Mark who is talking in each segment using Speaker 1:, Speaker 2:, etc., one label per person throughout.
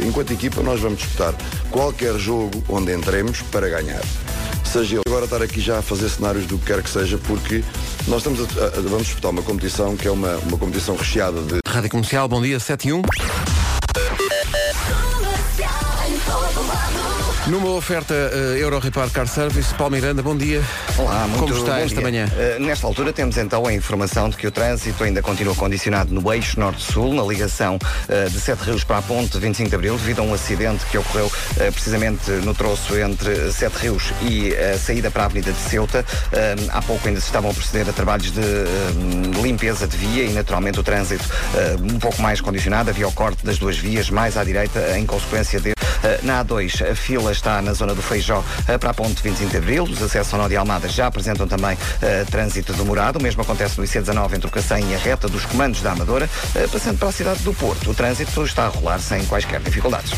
Speaker 1: enquanto equipa, nós vamos disputar qualquer jogo onde entremos para ganhar. Seja ele agora estar aqui já a fazer cenários do que quer que seja, porque nós estamos a, a- vamos disputar uma competição que é uma, uma competição recheada de
Speaker 2: Rádio Comercial, bom dia, 7 e 1. Numa oferta eh, Euro Repar Car Service, Paulo Miranda, bom dia.
Speaker 3: Olá, muito
Speaker 2: Como está
Speaker 3: bom
Speaker 2: esta
Speaker 3: dia.
Speaker 2: manhã?
Speaker 3: Eh, nesta altura temos então a informação de que o trânsito ainda continua condicionado no eixo norte-sul, na ligação eh, de Sete Rios para a ponte 25 de Abril, devido a um acidente que ocorreu eh, precisamente no troço entre Sete Rios e eh, a saída para a Avenida de Ceuta. Eh, há pouco ainda se estavam a proceder a trabalhos de eh, limpeza de via e naturalmente o trânsito eh, um pouco mais condicionado. Havia o corte das duas vias mais à direita em consequência de eh, na A2, a fila está na zona do Feijó eh, para a ponte 25 de Abril. Os acessos ao Nó de Almada já apresentam também eh, trânsito demorado. O mesmo acontece no IC19 entre o Cacém e a reta dos comandos da Amadora, eh, passando para a cidade do Porto. O trânsito está a rolar sem quaisquer dificuldades.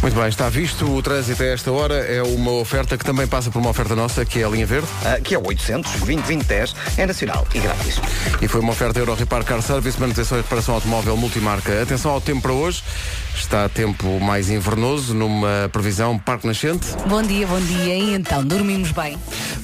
Speaker 2: Muito bem, está visto o trânsito a esta hora. É uma oferta que também passa por uma oferta nossa, que é a linha verde.
Speaker 3: Ah, que é o 800 2010 é nacional e grátis.
Speaker 2: E foi uma oferta Euro Repar Car Service, manutenção e reparação automóvel multimarca. Atenção ao tempo para hoje. Está tempo mais invernoso, numa previsão Parque Nascente.
Speaker 4: Bom dia, bom dia. E então, dormimos bem?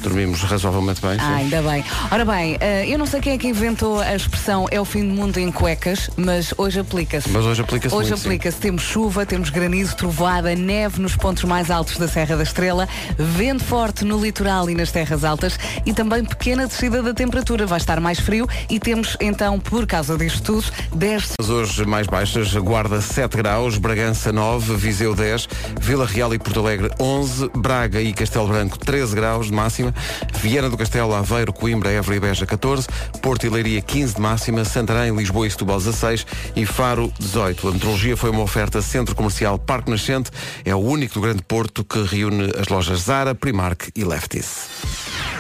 Speaker 2: Dormimos razoavelmente bem. sim.
Speaker 4: Ah, ainda bem. Ora bem, eh, eu não sei quem é que inventou a expressão é o fim do mundo em cuecas, mas hoje aplica-se.
Speaker 2: Mas hoje aplica-se
Speaker 4: Hoje
Speaker 2: muito, sim.
Speaker 4: aplica-se. Temos chuva, temos granizo, trovada, neve nos pontos mais altos da Serra da Estrela, vento forte no litoral e nas terras altas e também pequena descida da temperatura. Vai estar mais frio e temos então, por causa disto tudo, 10
Speaker 2: As hoje mais baixas, Guarda 7 graus, Bragança 9, Viseu 10, Vila Real e Porto Alegre 11, Braga e Castelo Branco 13 graus de máxima, Viana do Castelo, Aveiro, Coimbra, Évora e Beja 14, Porto e Leiria 15 de máxima, Santarém, Lisboa e Setúbal 16 e Faro 18. A metrologia foi uma oferta Centro Comercial Parque Nascente, é o único do Grande Porto que reúne as lojas Zara, Primark e Lefties.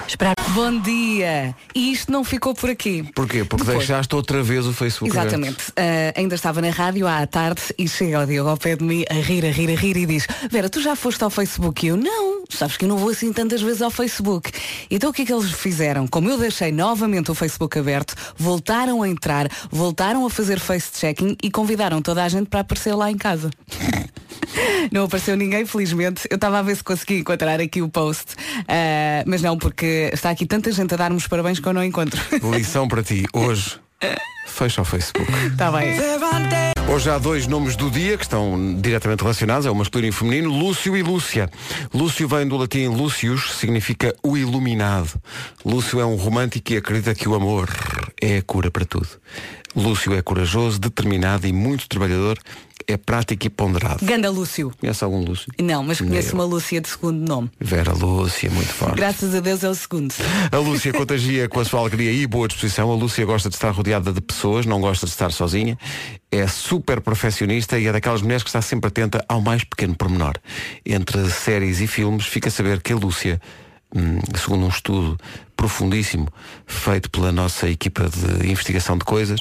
Speaker 4: Esperar. Bom dia! E isto não ficou por aqui.
Speaker 2: Porquê? Porque
Speaker 4: Depois.
Speaker 2: deixaste outra vez o Facebook aberto.
Speaker 4: Exatamente. Ah, ainda estava na rádio à tarde e chega o Diogo ao pé de mim a rir, a rir, a rir e diz Vera, tu já foste ao Facebook? E eu, não, sabes que eu não vou assim tantas vezes ao Facebook. Então o que é que eles fizeram? Como eu deixei novamente o Facebook aberto, voltaram a entrar, voltaram a fazer face-checking e convidaram toda a gente para aparecer lá em casa. Não apareceu ninguém, felizmente. Eu estava a ver se conseguia encontrar aqui o post. Ah, mas não, porque está aqui tanta gente a dar-me os parabéns que eu não encontro.
Speaker 2: Lição para ti, hoje, fecha o Facebook.
Speaker 4: Está Tá bem.
Speaker 2: Hoje há dois nomes do dia que estão diretamente relacionados, é o masculino e o feminino, Lúcio e Lúcia. Lúcio vem do latim Lúcius, significa o iluminado. Lúcio é um romântico e acredita que o amor é a cura para tudo. Lúcio é corajoso, determinado e muito trabalhador, é prático e ponderado.
Speaker 4: Ganda Lúcio.
Speaker 2: Conhece algum Lúcio?
Speaker 4: Não, mas conheço
Speaker 2: Eu.
Speaker 4: uma Lúcia de segundo nome.
Speaker 2: Vera Lúcia, muito forte.
Speaker 4: Graças a Deus é o segundo.
Speaker 2: A Lúcia contagia com a sua alegria e boa disposição. A Lúcia gosta de estar rodeada de pessoas, não gosta de estar sozinha. É super perfeccionista e é daquelas mulheres que está sempre atenta ao mais pequeno pormenor. Entre séries e filmes, fica a saber que a Lúcia, hum, segundo um estudo profundíssimo feito pela nossa equipa de investigação de coisas,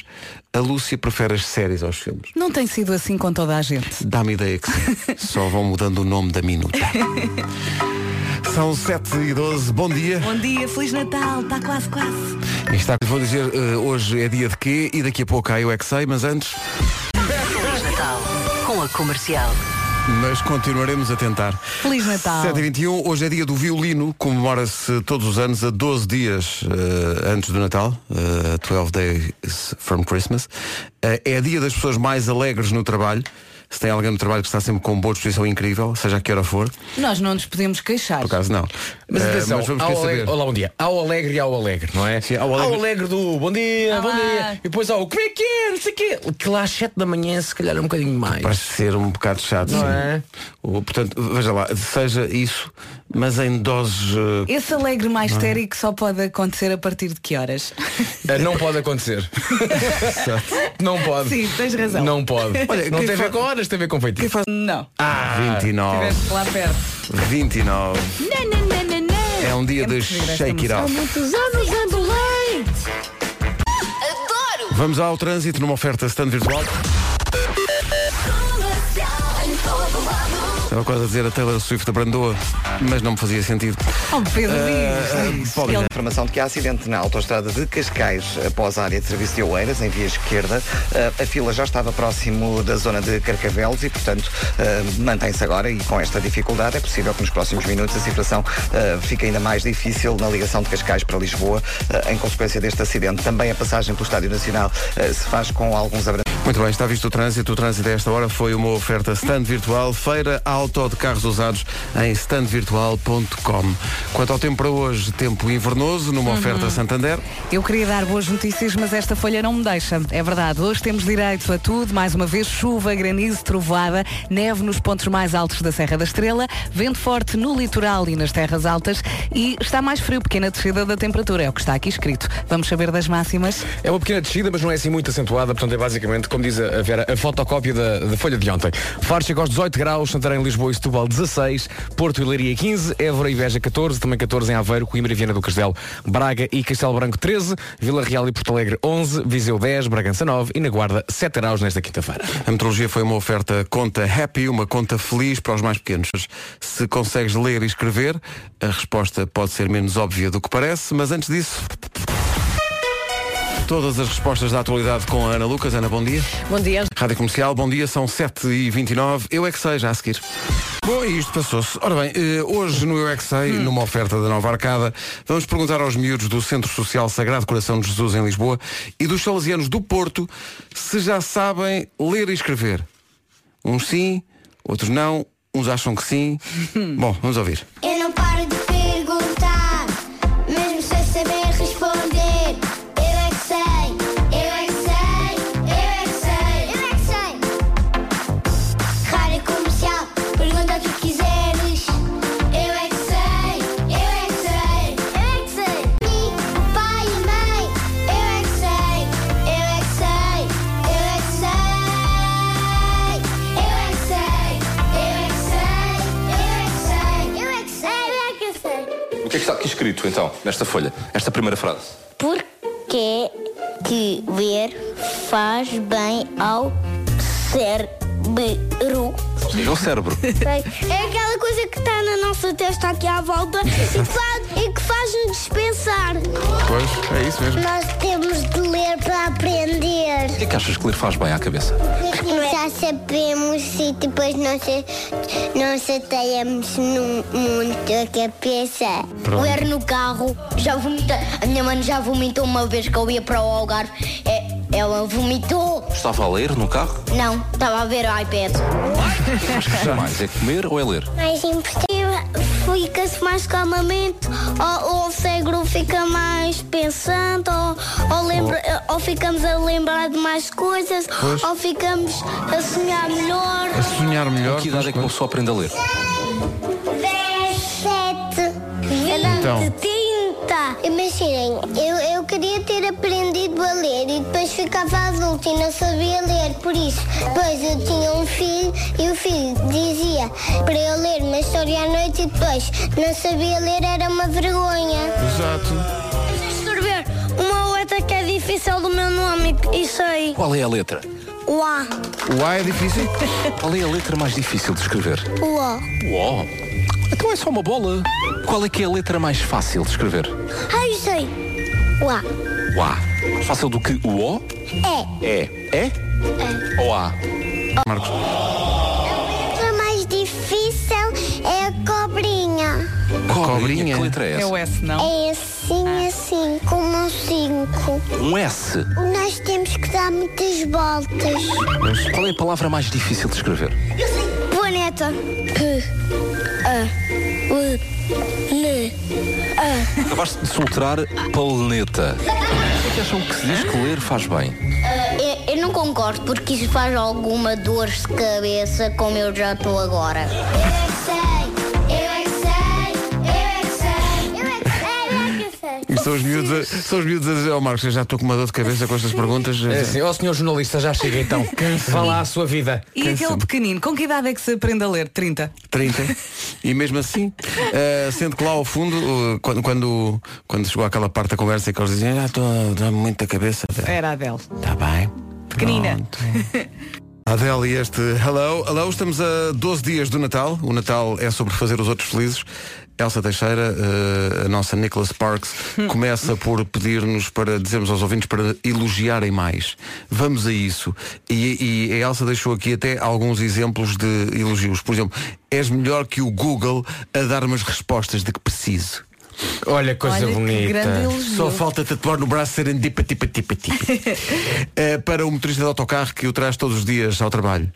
Speaker 2: a Lúcia prefere as séries aos filmes.
Speaker 4: Não tem sido assim com toda a gente.
Speaker 2: Dá-me ideia que sim. Só vão mudando o nome da minuta. São 7 e 12 bom dia.
Speaker 4: Bom dia, Feliz Natal, está quase, quase.
Speaker 2: Aí Está, vou dizer eh, hoje é dia de quê e daqui a pouco há eu é que sei, mas antes.
Speaker 5: Feliz Natal com a comercial.
Speaker 2: Mas continuaremos a tentar.
Speaker 4: Feliz Natal.
Speaker 2: 7h21, hoje é dia do violino, comemora-se todos os anos a 12 dias eh, antes do Natal, eh, 12 days from Christmas. Eh, é dia das pessoas mais alegres no trabalho. Se tem alguém no trabalho que está sempre com boa disposição incrível, seja a que hora for,
Speaker 4: Nós não nos podemos queixar.
Speaker 2: por acaso não.
Speaker 6: Mas
Speaker 2: Eh,
Speaker 6: atenção,
Speaker 2: mas vamos
Speaker 6: ao
Speaker 2: querer
Speaker 6: alegre,
Speaker 2: saber.
Speaker 6: olá, bom dia. Há o alegre e há o alegre, não é?
Speaker 2: Sim, há
Speaker 6: há,
Speaker 2: o
Speaker 6: o
Speaker 2: alegre-
Speaker 6: alegre... do bom dia,
Speaker 4: Olá.
Speaker 6: bom dia. E depois há o como é que é, não sei o quê. Que lá às 7 da manhã se calhar é um bocadinho mais.
Speaker 2: Parece ser um bocado chato,
Speaker 6: Não
Speaker 2: sim.
Speaker 6: é?
Speaker 2: O- Portanto, veja lá, seja isso, mas em doses eh,
Speaker 4: Esse alegre mais térico só pode acontecer a partir de que horas?
Speaker 6: Eh, Não pode acontecer. não pode.
Speaker 4: Sim, tens razão.
Speaker 6: Não pode.
Speaker 2: Olha,
Speaker 6: não
Speaker 2: quem
Speaker 6: tem a ver
Speaker 2: fa-
Speaker 6: com horas, tem a ver com feitiço.
Speaker 4: Não.
Speaker 2: Oh.
Speaker 6: Ah,
Speaker 2: 29.
Speaker 4: Estiveste lá perto.
Speaker 2: 29. É um dia
Speaker 4: É
Speaker 2: de
Speaker 4: muito gira esta
Speaker 2: shake it
Speaker 4: música.
Speaker 2: off.
Speaker 5: Adoro!
Speaker 2: Vamos ao trânsito numa oferta stand virtual. Estava quase a dizer a Taylor Swift abrandoa, mas não me fazia sentido.
Speaker 4: Oh, Pedro,
Speaker 2: Ah,
Speaker 4: diz, diz.
Speaker 2: Paulo,
Speaker 4: Ele-
Speaker 3: Informação de que há acidente na autoestrada de Cascais após a área de serviço de Oeiras, em via esquerda. Eh, A fila já estava próximo da zona de Carcavelos e, portanto, eh, mantém-se agora e com esta dificuldade é possível que nos próximos minutos a situação eh, fique ainda mais difícil na ligação de Cascais para Lisboa eh, em consequência deste acidente. Também a passagem pelo Estádio Nacional eh, se faz com alguns abra-
Speaker 2: Muito bem, está visto o trânsito. O trânsito a esta hora foi uma oferta stand virtual, feira auto de carros usados em standvirtual.com. Quanto ao tempo para hoje, tempo invernoso, numa
Speaker 4: Uhum.
Speaker 2: oferta Santander.
Speaker 4: Eu queria dar boas notícias, mas esta folha não me deixa. É verdade, hoje temos direito a tudo. Mais uma vez, chuva, granizo, trovoada, neve nos pontos mais altos da Serra da Estrela, vento forte no litoral e nas terras altas e está mais frio, pequena descida da temperatura, é o que está aqui escrito. Vamos saber das máximas?
Speaker 6: É uma pequena descida, mas não é assim muito acentuada, portanto é basicamente, como diz a Vera, a fotocópia da, da folha de ontem. Faro chega aos 18 graus, Santarém, Lisboa e Setúbal 16, Porto e Leiria 15, Évora e Beja 14, também 14 em Aveiro, Coimbra e Viana do Castelo, Braga e Castelo Branco 13, Vila Real e Porto Alegre 11, Viseu 10, Bragança 9 e na Guarda 7 graus nesta quinta-feira.
Speaker 2: A metrologia foi uma oferta conta happy, uma conta feliz para os mais pequenos. Se consegues ler e escrever, a resposta pode ser menos óbvia do que parece, mas antes disso. Todas as respostas da atualidade com a Ana Lucas. Ana, bom dia.
Speaker 7: Bom dia.
Speaker 2: Rádio Comercial, bom dia, são 7h29. Eu é que sei, já a seguir. Bom, e isto passou-se. Ora bem, eh, hoje no Eu é que sei, numa oferta da Nova Arcada, vamos perguntar aos miúdos do Centro Social Sagrado Coração de Jesus em Lisboa e dos salesianos do Porto se já sabem ler e escrever. Uns sim, outros não, uns acham que sim. Bom, vamos ouvir.
Speaker 8: Eu não paro de perguntar, mesmo sem saber responder. Eu é que sei, eu é que sei, eu é que sei, eu é que sei. Rádio comercial, pergunta o que quiseres. Eu é que sei, eu é que sei, eu é que sei. Mim, pai e mãe, eu é que sei, eu é que sei, eu é que sei. Eu é que sei, eu é que sei, eu é que sei, eu é que sei, eu é que sei.
Speaker 9: O que é que está aqui escrito então, nesta folha, esta primeira frase?
Speaker 8: Porquê que ver faz bem ao cérebro?
Speaker 9: Diga o cérebro.
Speaker 8: É aquela coisa que está na nossa testa aqui à volta e que faz- e que faz-nos pensar.
Speaker 2: Pois, é isso mesmo.
Speaker 8: Nós temos de ler para aprender.
Speaker 9: O que é que achas que ler faz bem à cabeça?
Speaker 8: Já sabemos se depois não, se, não chateamos nu- muito a cabeça.
Speaker 2: Pronto.
Speaker 8: O ar no carro, já vomitei. A minha mãe já vomitou uma vez que eu ia para o Algarve. É- ela vomitou.
Speaker 9: Estava a ler no carro?
Speaker 8: Não, estava a ver o iPad.
Speaker 9: O que é mais? É comer ou é ler?
Speaker 8: Mais importante, fica-se mais calmamente, ou, ou o cérebro fica mais pensando, ou, ou, lembra- ou ficamos a lembrar de mais coisas, ou ficamos a sonhar melhor.
Speaker 2: A sonhar melhor.
Speaker 9: A que idade é que uma pessoa aprende a ler?
Speaker 8: 17, 20,
Speaker 2: Então.
Speaker 8: 30. Imaginem, eu, eu queria ter aprendido a ler e depois ficava adulto e não sabia ler, por isso. Depois eu tinha um filho e o filho dizia para eu ler uma história à noite e depois não sabia ler, era uma vergonha.
Speaker 2: Exato.
Speaker 8: Escrever uma letra que é difícil do meu nome e sei.
Speaker 9: Qual é a letra?
Speaker 8: O A,
Speaker 2: O A é difícil?
Speaker 9: Qual é a letra mais difícil de escrever?
Speaker 8: o O.
Speaker 9: Uó! Então é só uma bola. Qual é que é a letra mais fácil de escrever?
Speaker 8: Ai, sei. O A.
Speaker 9: Uá. Mais fácil do que o O?
Speaker 8: É.
Speaker 9: É. É? É. Ou A?
Speaker 2: Marcos.
Speaker 8: A letra mais difícil é a cobrinha.
Speaker 2: Cobrinha.
Speaker 9: Que letra é
Speaker 4: É
Speaker 9: essa?
Speaker 4: o S, não?
Speaker 8: É assim, assim, como um cinco.
Speaker 9: Um S.
Speaker 8: Nós temos que dar muitas voltas.
Speaker 9: Mas qual é a palavra mais difícil de escrever?
Speaker 8: Planeta. P. A. U. N.
Speaker 9: Acabaste de soltar planeta. O que é que acham que se diz que ler faz bem?
Speaker 8: Eu, eu não concordo porque isso faz alguma dor de cabeça como eu já estou agora. é Eu é que sei, eu é que sei, eu é que sei, eu é que sei, eu é que sei.
Speaker 2: E são os miúdos a, são os miúdos a dizer, ó Marcos, eu já estou com uma dor de cabeça com estas perguntas.
Speaker 6: É assim, ó senhor jornalista, já chega então. Vá lá à sua vida.
Speaker 4: E aquele pequenino, com que idade é que se aprende a ler? 30.
Speaker 2: 30. E mesmo assim, eh, sendo que lá ao fundo, eh, quando, quando, quando chegou àquela parte da conversa em que eles diziam, já estou a dar muita cabeça.
Speaker 4: Era a Adele.
Speaker 2: Está Tá bem.
Speaker 4: Pequenina.
Speaker 2: Pronto. Adele e este Hello. Hello, estamos a 12 dias do Natal. O Natal é sobre fazer os outros felizes. Elsa Teixeira, eh, a nossa Nicholas Parks, começa por pedir-nos para dizermos aos ouvintes para elogiarem mais. Vamos a isso. E, e a Elsa deixou aqui até alguns exemplos de elogios. Por exemplo, és melhor que o Google a dar-me as respostas de que preciso.
Speaker 6: Olha, coisa
Speaker 4: Olha que grande
Speaker 6: bonita.
Speaker 4: elogio.
Speaker 2: Só falta tatuar no braço serendipa, tipa, tipa, tipa. Eh, para o motorista de autocarro que o traz todos os dias ao trabalho.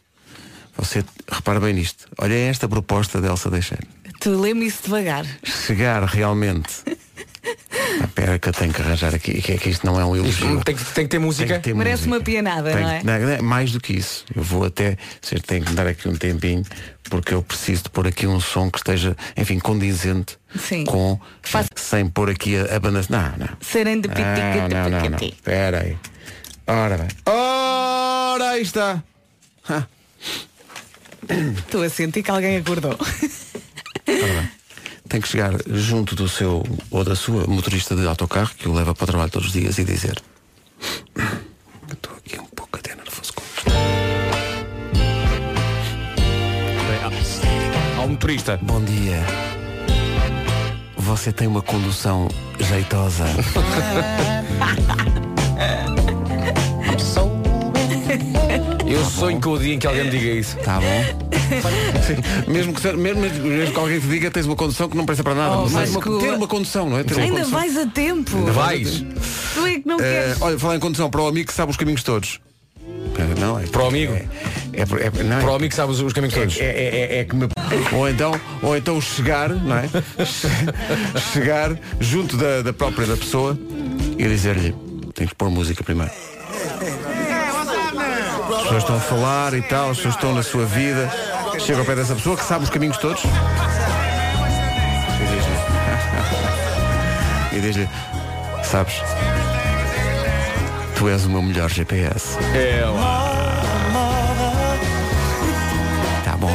Speaker 2: Você repara bem nisto. Olha esta proposta de Elsa Deixeira.
Speaker 4: Tu lê-me isso devagar.
Speaker 2: Chegar realmente. Ah, Espera que eu tenho que arranjar aqui, que é que isto não é um elogio.
Speaker 6: Tem que, tem que ter música.
Speaker 2: Tem que ter
Speaker 4: Merece
Speaker 2: música.
Speaker 4: uma pianada,
Speaker 2: Tem
Speaker 4: não
Speaker 2: que-
Speaker 4: é?
Speaker 2: mais do que isso. Eu vou até. Vocês têm que me dar aqui um tempinho, porque eu preciso de pôr aqui um som que esteja, enfim, condizente
Speaker 4: Sim.
Speaker 2: com.
Speaker 4: Que faça-
Speaker 2: Sem pôr aqui a, a banda. Não, não.
Speaker 4: Serem de piti,
Speaker 2: Ah, Não,
Speaker 4: piti,
Speaker 2: não, não, não.
Speaker 4: piti.
Speaker 2: Espera aí. Ora bem. Ora aí está.
Speaker 4: Estou a sentir que alguém acordou.
Speaker 2: Tem que chegar junto do seu ou da sua motorista de autocarro que o leva para o trabalho todos os dias e dizer "Hum, "Eu estou aqui um pouco até nervoso com isto."
Speaker 6: Ao um motorista.
Speaker 2: Bom dia. Você tem uma condução jeitosa.
Speaker 6: Eu sonho com o dia em que alguém me diga isso.
Speaker 2: Tá bom? Sim, mesmo, que, se- mesmo, mesmo que alguém te diga tens uma condução que não presta para nada.
Speaker 4: Oh,
Speaker 2: mas
Speaker 4: Vasco,
Speaker 2: uma- ter uma condução, não é? Ter uma
Speaker 4: Ainda
Speaker 2: condução.
Speaker 4: vais a tempo.
Speaker 6: Vais
Speaker 4: Tu é que não
Speaker 2: Eh,
Speaker 4: queres.
Speaker 2: olha, falar em condução para o amigo que sabe os caminhos todos. Eh, Não, é,
Speaker 6: Para o amigo?
Speaker 2: É, é, é- não, é-
Speaker 6: para o amigo que sabe os, os caminhos todos.
Speaker 2: É, é- é- é que me- Ou então, ou então chegar, não é? chegar junto da, da própria da pessoa e dizer-lhe, tens que pôr música primeiro. As pessoas estão a falar e tal, as pessoas estão na sua vida. Chega ao pé dessa pessoa que sabe os caminhos todos. E diz-lhe, e diz-lhe sabes, tu és o meu melhor GPS.
Speaker 6: É, lá.
Speaker 2: Tá bom.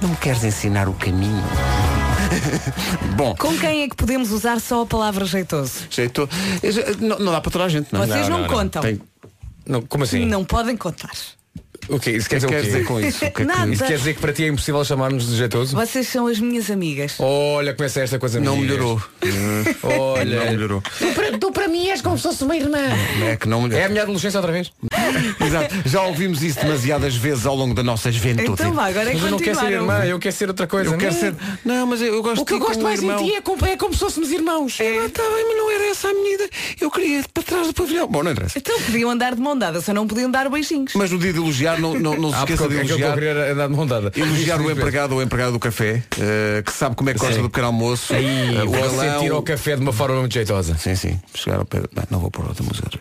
Speaker 2: Não me queres ensinar o caminho? bom,
Speaker 4: Com quem é que podemos usar só a palavra jeitoso?
Speaker 2: jeito. eu já- Não, não dá para toda a gente, não.
Speaker 4: Vocês não, contam.
Speaker 2: Tem-
Speaker 6: Não, como assim?
Speaker 4: Não podem contar.
Speaker 6: O quê? Isso
Speaker 2: O que
Speaker 6: quer dizer
Speaker 2: é que quer
Speaker 6: o quê?
Speaker 2: dizer com isso? O que é que-
Speaker 4: Nada.
Speaker 6: Isso quer dizer que para ti é impossível chamar-nos de jeitoso?
Speaker 4: Vocês são as minhas amigas.
Speaker 6: Oh, Olha, começa esta coisa
Speaker 2: Não
Speaker 6: minha.
Speaker 2: melhorou.
Speaker 6: é Olha. é
Speaker 2: Não melhorou.
Speaker 6: Tu para, mim és como se fosse uma irmã.
Speaker 2: É que
Speaker 6: É a
Speaker 2: não melhorou.
Speaker 6: minha adolescência outra vez?
Speaker 2: Exato. Já ouvimos isso demasiadas vezes ao longo da nossa juventude.
Speaker 4: Então vá, agora é
Speaker 6: Mas eu não quero ser irmã,
Speaker 4: continuar.
Speaker 6: eu quero ser outra coisa. né?
Speaker 2: Eu quero ser. Não, mas eu, eu gosto de ti como irmão.
Speaker 6: é como, é como se fôssemos irmãos. é?
Speaker 2: Ah, tá bem, mas não era essa a minha ideia. Eu queria ir para trás do pavilhão. Bom, não interessa.
Speaker 4: Então podiam andar de mão dada, só não podiam dar beijinhos.
Speaker 2: Mas no dia de elogiar, não, não, não se
Speaker 6: Ah, porque
Speaker 2: esqueça
Speaker 6: eu é
Speaker 2: de
Speaker 6: que eu estou a
Speaker 2: elogiar.
Speaker 6: querer andar de mão dada.
Speaker 2: Elogiar o
Speaker 6: Isto
Speaker 2: empregado ou empregada do café, eh, que sabe como é que gosta
Speaker 6: Sim.
Speaker 2: do pequeno almoço.
Speaker 6: Aí,
Speaker 2: eh, o
Speaker 6: você
Speaker 2: galão.
Speaker 6: tira o café de uma forma muito jeitosa.
Speaker 2: Sim, sim. Chegar ao pé. Bem, não vou pôr outra música. outra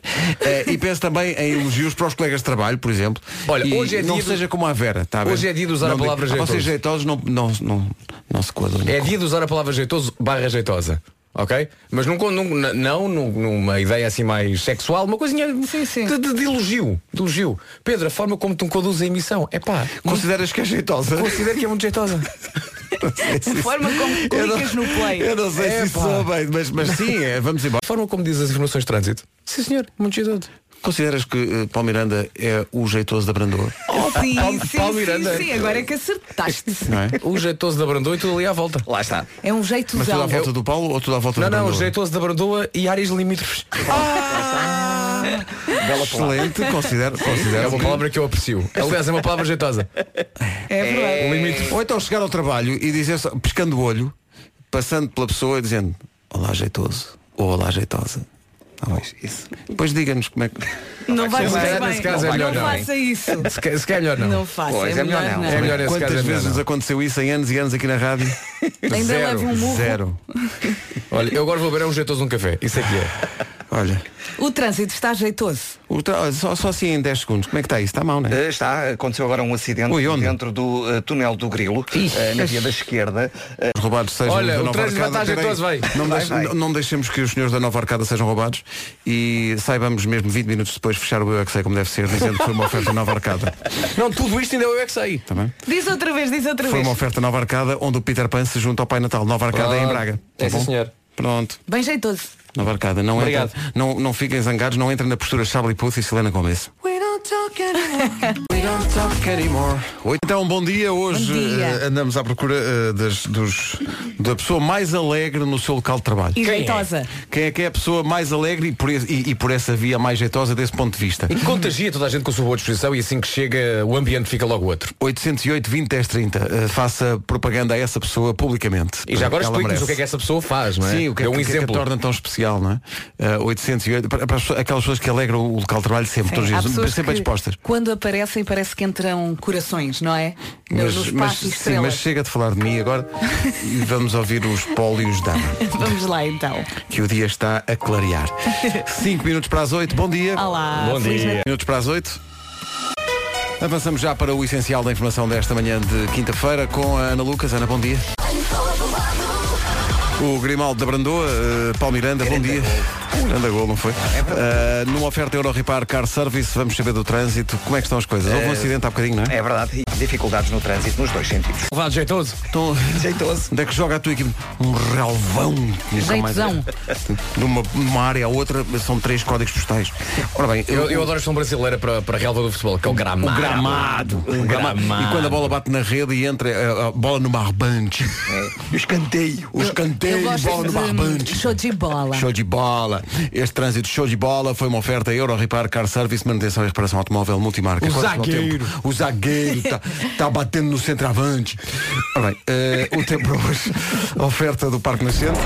Speaker 2: vez. Eh, e penso também em elogios para os colegas de trabalho, por exemplo.
Speaker 6: Olha,
Speaker 2: E
Speaker 6: hoje é
Speaker 2: Não
Speaker 6: dia do-
Speaker 2: seja como a Vera, tá
Speaker 6: Hoje é dia de usar a palavra jeitoso.
Speaker 2: Ah, Vocês jeitosos não, não, não, não se coadunham.
Speaker 6: É dia de usar a palavra jeitoso barra jeitosa. Ok? Mas não, com- não, não num- numa ideia assim mais sexual, uma coisinha
Speaker 4: Sim, sim.
Speaker 6: De, de- de elogio. De elogio. Pedro, a forma como tu conduzes a emissão. É pá,
Speaker 2: Consideras que é jeitosa?
Speaker 6: considero que é muito jeitosa.
Speaker 4: A forma como
Speaker 2: Eu não-
Speaker 4: clicas no play.
Speaker 2: Eu não sei se
Speaker 6: É,
Speaker 2: isso
Speaker 6: pá.
Speaker 2: soa bem, mas, mas sim, é, vamos embora.
Speaker 6: A forma como diz as informações de trânsito. Sim senhor, muito jeitoso.
Speaker 2: Consideras que eh, Paulo Miranda é o jeitoso da Brandoa?
Speaker 4: Oh, sim,
Speaker 6: Paulo-
Speaker 4: sim,
Speaker 6: Paulo
Speaker 4: sim,
Speaker 6: Miranda.
Speaker 4: sim, agora é que acertaste.
Speaker 2: Não é?
Speaker 6: O jeitoso da Brandoa e tudo ali à volta.
Speaker 3: Lá está.
Speaker 4: É um
Speaker 2: Mas tudo à
Speaker 4: jeitozão.
Speaker 2: volta do Paulo ou tudo à volta
Speaker 6: Não,
Speaker 2: do
Speaker 6: não, o
Speaker 2: Brandoa?
Speaker 6: jeitoso da Brandoa e áreas limítrofes.
Speaker 2: Excelente, considero,
Speaker 6: É
Speaker 2: considero.
Speaker 6: uma palavra que eu aprecio. Aliás, é uma palavra jeitosa. Um
Speaker 4: É verdade.
Speaker 2: Ou então chegar ao trabalho e dizer só, piscando o olho, passando pela pessoa e dizendo Olá jeitoso ou Olá jeitosa. Tá bom. Depois diga-nos como é que.
Speaker 4: Não vai
Speaker 6: Se calhar
Speaker 4: correr bem.
Speaker 6: nesse caso é
Speaker 4: não
Speaker 6: melhor não,
Speaker 4: faça isso.
Speaker 6: Se quer, se quer melhor não.
Speaker 4: Não faça.
Speaker 3: Pois,
Speaker 4: é,
Speaker 3: é melhor não.
Speaker 6: É melhor nesse
Speaker 2: Quantas
Speaker 6: caso é melhor
Speaker 2: vezes
Speaker 6: não.
Speaker 2: nos aconteceu isso em anos e anos aqui na rádio?
Speaker 4: Ainda
Speaker 6: Zero,
Speaker 4: leva um murro.
Speaker 2: Zero.
Speaker 6: Olha, eu agora vou beber um jeitoso num café. Isso é que é.
Speaker 2: Olha,
Speaker 4: O trânsito está jeitoso.
Speaker 2: o tra- olha, só, só assim em 10 segundos. Como é que está isso? Está mal, não é?
Speaker 3: Eh, Está, aconteceu agora um acidente
Speaker 2: Ui, onde?
Speaker 3: dentro do eh, túnel do Grilo, eh, na via da esquerda. Eh,
Speaker 2: Os roubados sejam
Speaker 6: É. Olha,
Speaker 2: da
Speaker 6: o
Speaker 2: nova
Speaker 6: trânsito
Speaker 2: arcada.
Speaker 6: vantagem
Speaker 2: Peraí,
Speaker 6: todos, vai.
Speaker 2: Não,
Speaker 3: Vai,
Speaker 2: deixe-
Speaker 3: vai.
Speaker 2: não- não deixemos que os senhores da nova arcada sejam roubados e saibamos mesmo 20 minutos depois fechar o Eu É Que Sei como deve ser, dizendo que foi uma oferta nova arcada.
Speaker 6: Não, tudo isto ainda eu é que sei.
Speaker 2: Está bem?
Speaker 4: Diz outra vez, diz outra
Speaker 2: Foi
Speaker 4: vez.
Speaker 2: uma oferta Nova Arcada onde o Peter Pan se junta ao Pai Natal. Nova Arcada é em
Speaker 6: Ah,
Speaker 2: Braga.
Speaker 6: é sim, senhor.
Speaker 2: Pronto,
Speaker 4: Bem jeitoso.
Speaker 2: Nova Arcada. Não,
Speaker 6: Obrigado.
Speaker 2: entra- não, não fiquem zangados, não entrem na postura Charlie Puth e Selena Gomez.
Speaker 4: We don't
Speaker 2: Oito. Então, bom dia. Hoje
Speaker 4: Bom dia.
Speaker 2: eh, andamos à procura eh, das- dos- da pessoa mais alegre no seu local de trabalho.
Speaker 4: E jeitosa.
Speaker 2: Quem é que é a pessoa mais alegre e por, esse- e- e por essa via mais jeitosa desse ponto de vista?
Speaker 6: E contagia toda a gente com a sua boa disposição e assim que chega o ambiente fica logo outro.
Speaker 2: 808 20 10 30. Eh, faça propaganda a essa pessoa publicamente.
Speaker 6: E já agora
Speaker 2: Ela
Speaker 6: explica-nos
Speaker 2: merece.
Speaker 6: o que é que essa pessoa faz, não é?
Speaker 2: Sim, o que é,
Speaker 6: Dê
Speaker 2: que-
Speaker 6: um
Speaker 2: o que, é que a
Speaker 6: exemplo.
Speaker 2: torna tão especial, não é? Eh, 808, para, para as pessoas- aquelas pessoas que alegram o local de trabalho sempre, todos os
Speaker 4: Há
Speaker 2: dias,
Speaker 4: pessoas
Speaker 2: sempre bem
Speaker 4: que,
Speaker 2: dispostas.
Speaker 4: Quando aparecem parece que entram corações, não é? No- no
Speaker 2: mas,
Speaker 4: espaço
Speaker 2: sim,
Speaker 4: e
Speaker 2: mas
Speaker 4: estrelas.
Speaker 2: chega de falar de mim agora e vamos ouvir os pólios da
Speaker 4: Vamos lá então.
Speaker 2: que o dia está a clarear. 5 minutos para as 8, bom dia.
Speaker 4: Olá.
Speaker 2: Ah,
Speaker 6: Bom
Speaker 4: Feliz
Speaker 6: dia.
Speaker 4: Natal.
Speaker 2: Minutos para as 8. Avançamos já para o essencial da informação desta manhã de quinta-feira com a Ana Lucas. Ana, bom dia. O Grimaldo da Brandoa, eh, Paulo Miranda, bom dia. Grande gol, não foi?
Speaker 6: É
Speaker 2: Eh, numa oferta Euro Repar Car Service, vamos saber do trânsito. Como é que estão as coisas?
Speaker 6: Eh,
Speaker 2: Houve um acidente há bocadinho, não é?
Speaker 3: É verdade, e dificuldades no trânsito nos dois sentidos.
Speaker 6: Levado jeitoso.
Speaker 2: Então,
Speaker 3: Jeitoso.
Speaker 2: onde é que joga a tua equipe? Um relvão. Nunca mais-
Speaker 4: Jeitozão.
Speaker 2: Numa, numa área à outra, são três códigos postais. Ora bem,
Speaker 6: Eu, eu adoro a expressão brasileira para, para a relva do futebol, que é o gramado.
Speaker 2: Gramado.
Speaker 6: O
Speaker 2: Gramado.
Speaker 6: gramado.
Speaker 2: E quando a bola bate na rede e entra eh, a bola no barbante.
Speaker 3: E o escanteio.
Speaker 2: Os
Speaker 4: Eu
Speaker 2: canteiros, bola no
Speaker 4: gosto de
Speaker 2: barbante.
Speaker 4: show de bola.
Speaker 2: Show de bola. Este trânsito show de bola foi uma oferta Euro Repar Car Service, manutenção e reparação automóvel multimarca.
Speaker 6: O
Speaker 2: Quanto ao
Speaker 6: zagueiro.
Speaker 2: tempo? um O zagueiro está batendo no centroavante. Ora bem, eh, o tempo para hoje. Oferta do Parque Nascente.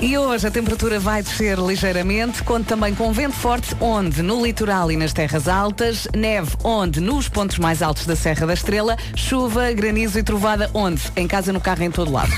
Speaker 4: E hoje a temperatura vai descer ligeiramente, conto também com vento forte, onde no litoral e nas terras altas, neve, onde nos pontos mais altos da Serra da Estrela, chuva, granizo e trovada, onde? Em casa, no carro, em todo lado.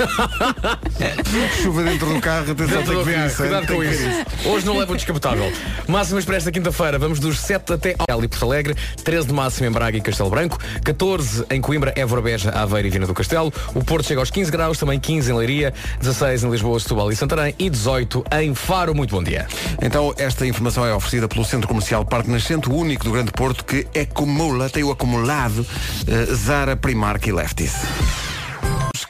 Speaker 2: Chuva dentro do carro. Atenção, tem que ver isso. hein?
Speaker 6: Cuidado
Speaker 2: Tem
Speaker 6: com
Speaker 2: que ver
Speaker 6: isso.
Speaker 2: isso.
Speaker 6: Hoje não leva o descapotável. Máximas para esta quinta-feira. Vamos dos 7 até ao e Porto Alegre. 13 de máximo em Braga e Castelo Branco. 14 em Coimbra, Évora, Beja, Aveiro e Vina do Castelo. O Porto chega aos 15 graus. Também 15 em Leiria. 16 em Lisboa, Setúbal e Santarém. E 18 em Faro. Muito bom dia.
Speaker 2: Então, esta informação é oferecida pelo Centro Comercial Parque Nascente, o único do Grande Porto que acumula, tem o acumulado eh, Zara, Primark e Lefties.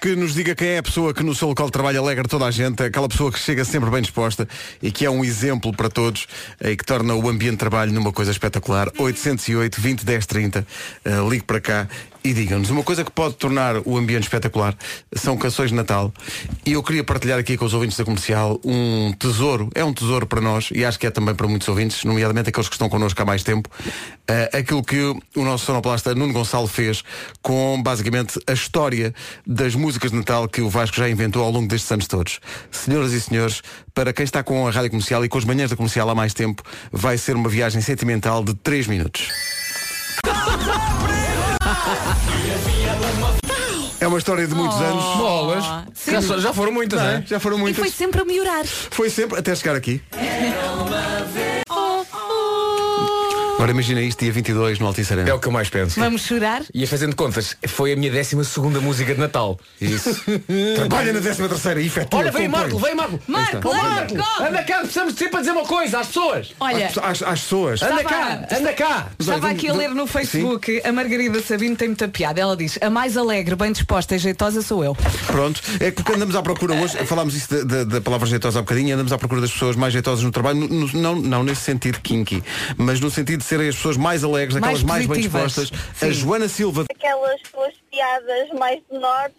Speaker 2: Que nos diga quem é a pessoa que no seu local de trabalho alegra toda a gente, aquela pessoa que chega sempre bem disposta e que é um exemplo para todos eh, e que torna o ambiente de trabalho numa coisa espetacular. 808 20 10 30, eh, ligue para cá e diga-nos. Uma coisa que pode tornar o ambiente espetacular são canções de Natal e eu queria partilhar aqui com os ouvintes da comercial um tesouro, é um tesouro para nós e acho que é também para muitos ouvintes, nomeadamente aqueles que estão connosco há mais tempo, eh, aquilo que o nosso sonoplasta Nuno Gonçalo fez com basicamente a história das músicas de Natal que o Vasco já inventou ao longo destes anos todos. Senhoras e senhores, para quem está com a rádio comercial e com as manhãs da comercial há mais tempo, vai ser uma viagem sentimental de 3 minutos. É uma história de muitos anos.
Speaker 6: Bolas.
Speaker 4: Oh, sim.
Speaker 6: Já, so- já foram muitas, não é?
Speaker 2: Já foram
Speaker 4: E
Speaker 2: muitas.
Speaker 4: foi sempre a melhorar.
Speaker 2: Foi sempre até chegar aqui. Agora imagina isto dia 22 no Altice Arena.
Speaker 6: É o que eu mais penso.
Speaker 4: Vamos chorar?
Speaker 6: E a fazendo contas, foi a minha 12 segunda música de Natal.
Speaker 2: Isso. Trabalha na 13 terceira, é efetiva.
Speaker 6: Olha, vem
Speaker 2: compõe.
Speaker 6: Marco, vem Marco.
Speaker 4: Marco, Marco!
Speaker 6: Anda cá, precisamos de sempre a dizer uma coisa às pessoas.
Speaker 4: Olha,
Speaker 2: Às, às- às pessoas.
Speaker 6: Anda
Speaker 4: Estava-
Speaker 6: cá, anda cá.
Speaker 4: Estava aqui a ler no Facebook, a Margarida Sabino tem muita piada. Ela diz, a mais alegre, bem disposta e jeitosa sou eu.
Speaker 2: Pronto. É que porque andamos à procura hoje, falámos isso da, da- da palavra jeitosa há bocadinho, andamos à procura das pessoas mais jeitosas no trabalho, no- no- não, não nesse sentido kinky, mas no sentido de serem as pessoas mais alegres, aquelas mais, bem
Speaker 4: positivas.
Speaker 2: dispostas. A
Speaker 4: Sim.
Speaker 2: Joana Silva
Speaker 7: aquelas suas piadas mais do norte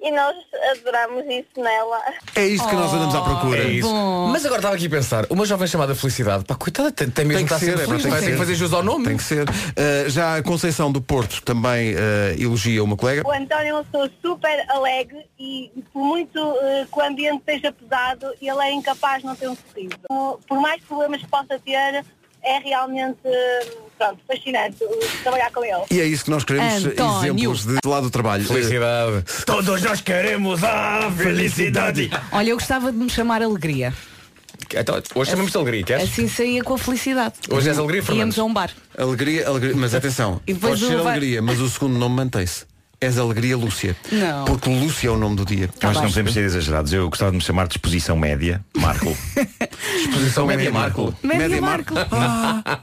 Speaker 7: e nós adoramos isso nela.
Speaker 2: é isto que nós andamos à procura.
Speaker 6: É isso. Mas agora estava aqui a pensar, uma jovem chamada Felicidade, pá, coitada, tem, tem mesmo
Speaker 2: Tem
Speaker 6: que
Speaker 2: que
Speaker 6: estar
Speaker 2: ser,
Speaker 6: sempre
Speaker 2: é pá,
Speaker 6: feliz,
Speaker 2: tem
Speaker 6: vai
Speaker 2: que
Speaker 6: ter
Speaker 2: ser.
Speaker 6: que fazer jus ao nome.
Speaker 2: Tem que ser. Uh, já a Conceição do Porto também uh, elogia uma colega.
Speaker 7: O António é uma pessoa super alegre e por muito eh, que o ambiente esteja pesado, ele é incapaz de não ter um sorriso. Por- Por mais problemas que possa ter, é realmente eh, pronto, fascinante eh, trabalhar com ele.
Speaker 2: E é isso que nós queremos,
Speaker 4: António.
Speaker 2: exemplos de lá do trabalho.
Speaker 6: Felicidade. Todos nós queremos a felicidade.
Speaker 4: Olha, eu gostava de me chamar Alegria.
Speaker 6: Então, hoje chamamos de alegria, queres?
Speaker 4: Assim saía com a felicidade.
Speaker 6: Hoje és alegria, Fernando.
Speaker 4: Íamos a um bar.
Speaker 2: Uh, Alegria, alegria, mas atenção,
Speaker 4: E depois
Speaker 2: pode ser
Speaker 4: o vai-
Speaker 2: alegria, mas o segundo nome mantém-se. És Alegria Lúcia.
Speaker 4: Não. Tá
Speaker 2: Porque Lúcia é o nome do dia.
Speaker 10: Acho que não
Speaker 4: Vasco.
Speaker 10: podemos ser exagerados. Eu gostava de me chamar de exposição média, Marco.
Speaker 6: Exposição
Speaker 2: Média
Speaker 6: Média Marco.
Speaker 4: Média
Speaker 2: é Média
Speaker 4: Marco.
Speaker 2: Ah,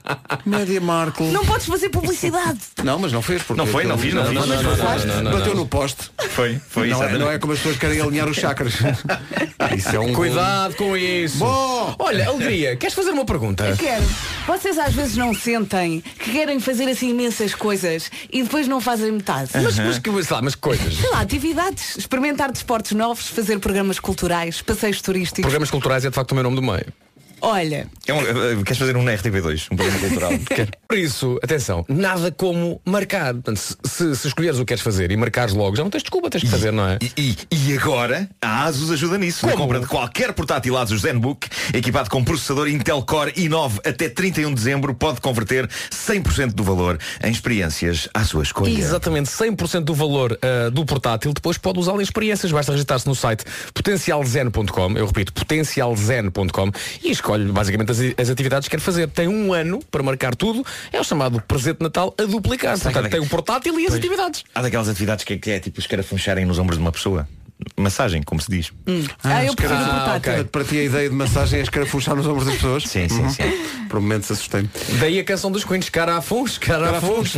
Speaker 2: Média Marco.
Speaker 4: Não podes fazer publicidade.
Speaker 2: Não, mas não fez. Porque
Speaker 10: Não foi, não
Speaker 2: aquilo-
Speaker 10: fiz, não fiz.
Speaker 2: Mas
Speaker 10: Não,
Speaker 2: tu
Speaker 10: não,
Speaker 2: faz,
Speaker 10: não, não,
Speaker 2: Bateu
Speaker 10: não.
Speaker 2: no poste.
Speaker 10: Foi, foi
Speaker 2: não, é,
Speaker 10: exatamente.
Speaker 2: não é como as pessoas querem alinhar os chakras. Isso é um
Speaker 6: Cuidado com isso.
Speaker 2: Bom.
Speaker 6: Olha, Alegria, queres fazer uma pergunta?
Speaker 4: Quero. Vocês às vezes não sentem que querem fazer assim imensas coisas e depois não fazem metade.
Speaker 6: Mas, mas, que- sei lá, mas que coisas.
Speaker 4: Sei lá, atividades, experimentar desportos novos, fazer programas culturais, passeios turísticos.
Speaker 6: Programas culturais é de facto o meu nome do meio.
Speaker 4: Olha,
Speaker 10: É um- eh, queres fazer um na RTP2, um programa cultural?
Speaker 3: É.
Speaker 6: Por isso, atenção, nada como marcar. Portanto, se, se- se escolheres o que queres fazer e marcares logo, já não tens desculpa, tens que fazer, não é?
Speaker 10: E, e- e agora a ASUS ajuda nisso. Na
Speaker 6: Como?
Speaker 10: compra de qualquer portátil ASUS ZenBook, equipado com processador Intel Core i9 até 31 de dezembro, pode converter 100% do valor em experiências à sua escolha.
Speaker 3: é.
Speaker 6: Exatamente, 100% do valor ah, do portátil depois pode usá-lo em experiências. Basta registrar-se no site potencialzen.com, eu repito, potencialzen.com e escolhe basicamente as, as atividades que quer fazer. Tem um ano para marcar tudo, é o chamado presente de Natal a duplicar. Portanto, tem o portátil e as atividades.
Speaker 10: Há daquelas atividades que, que é tipo escarafuncharem nos ombros de uma pessoa. Massagem, como se diz.
Speaker 4: ah, eu prefiro
Speaker 6: ah,
Speaker 4: portátil.
Speaker 6: ok.
Speaker 2: Para ti a ideia de massagem é escarafunchar nos ombros das pessoas?
Speaker 10: Sim, sim, sim.
Speaker 2: Por um momento se assustei-me.
Speaker 6: Daí a canção dos Queens, Carafons, Carafons,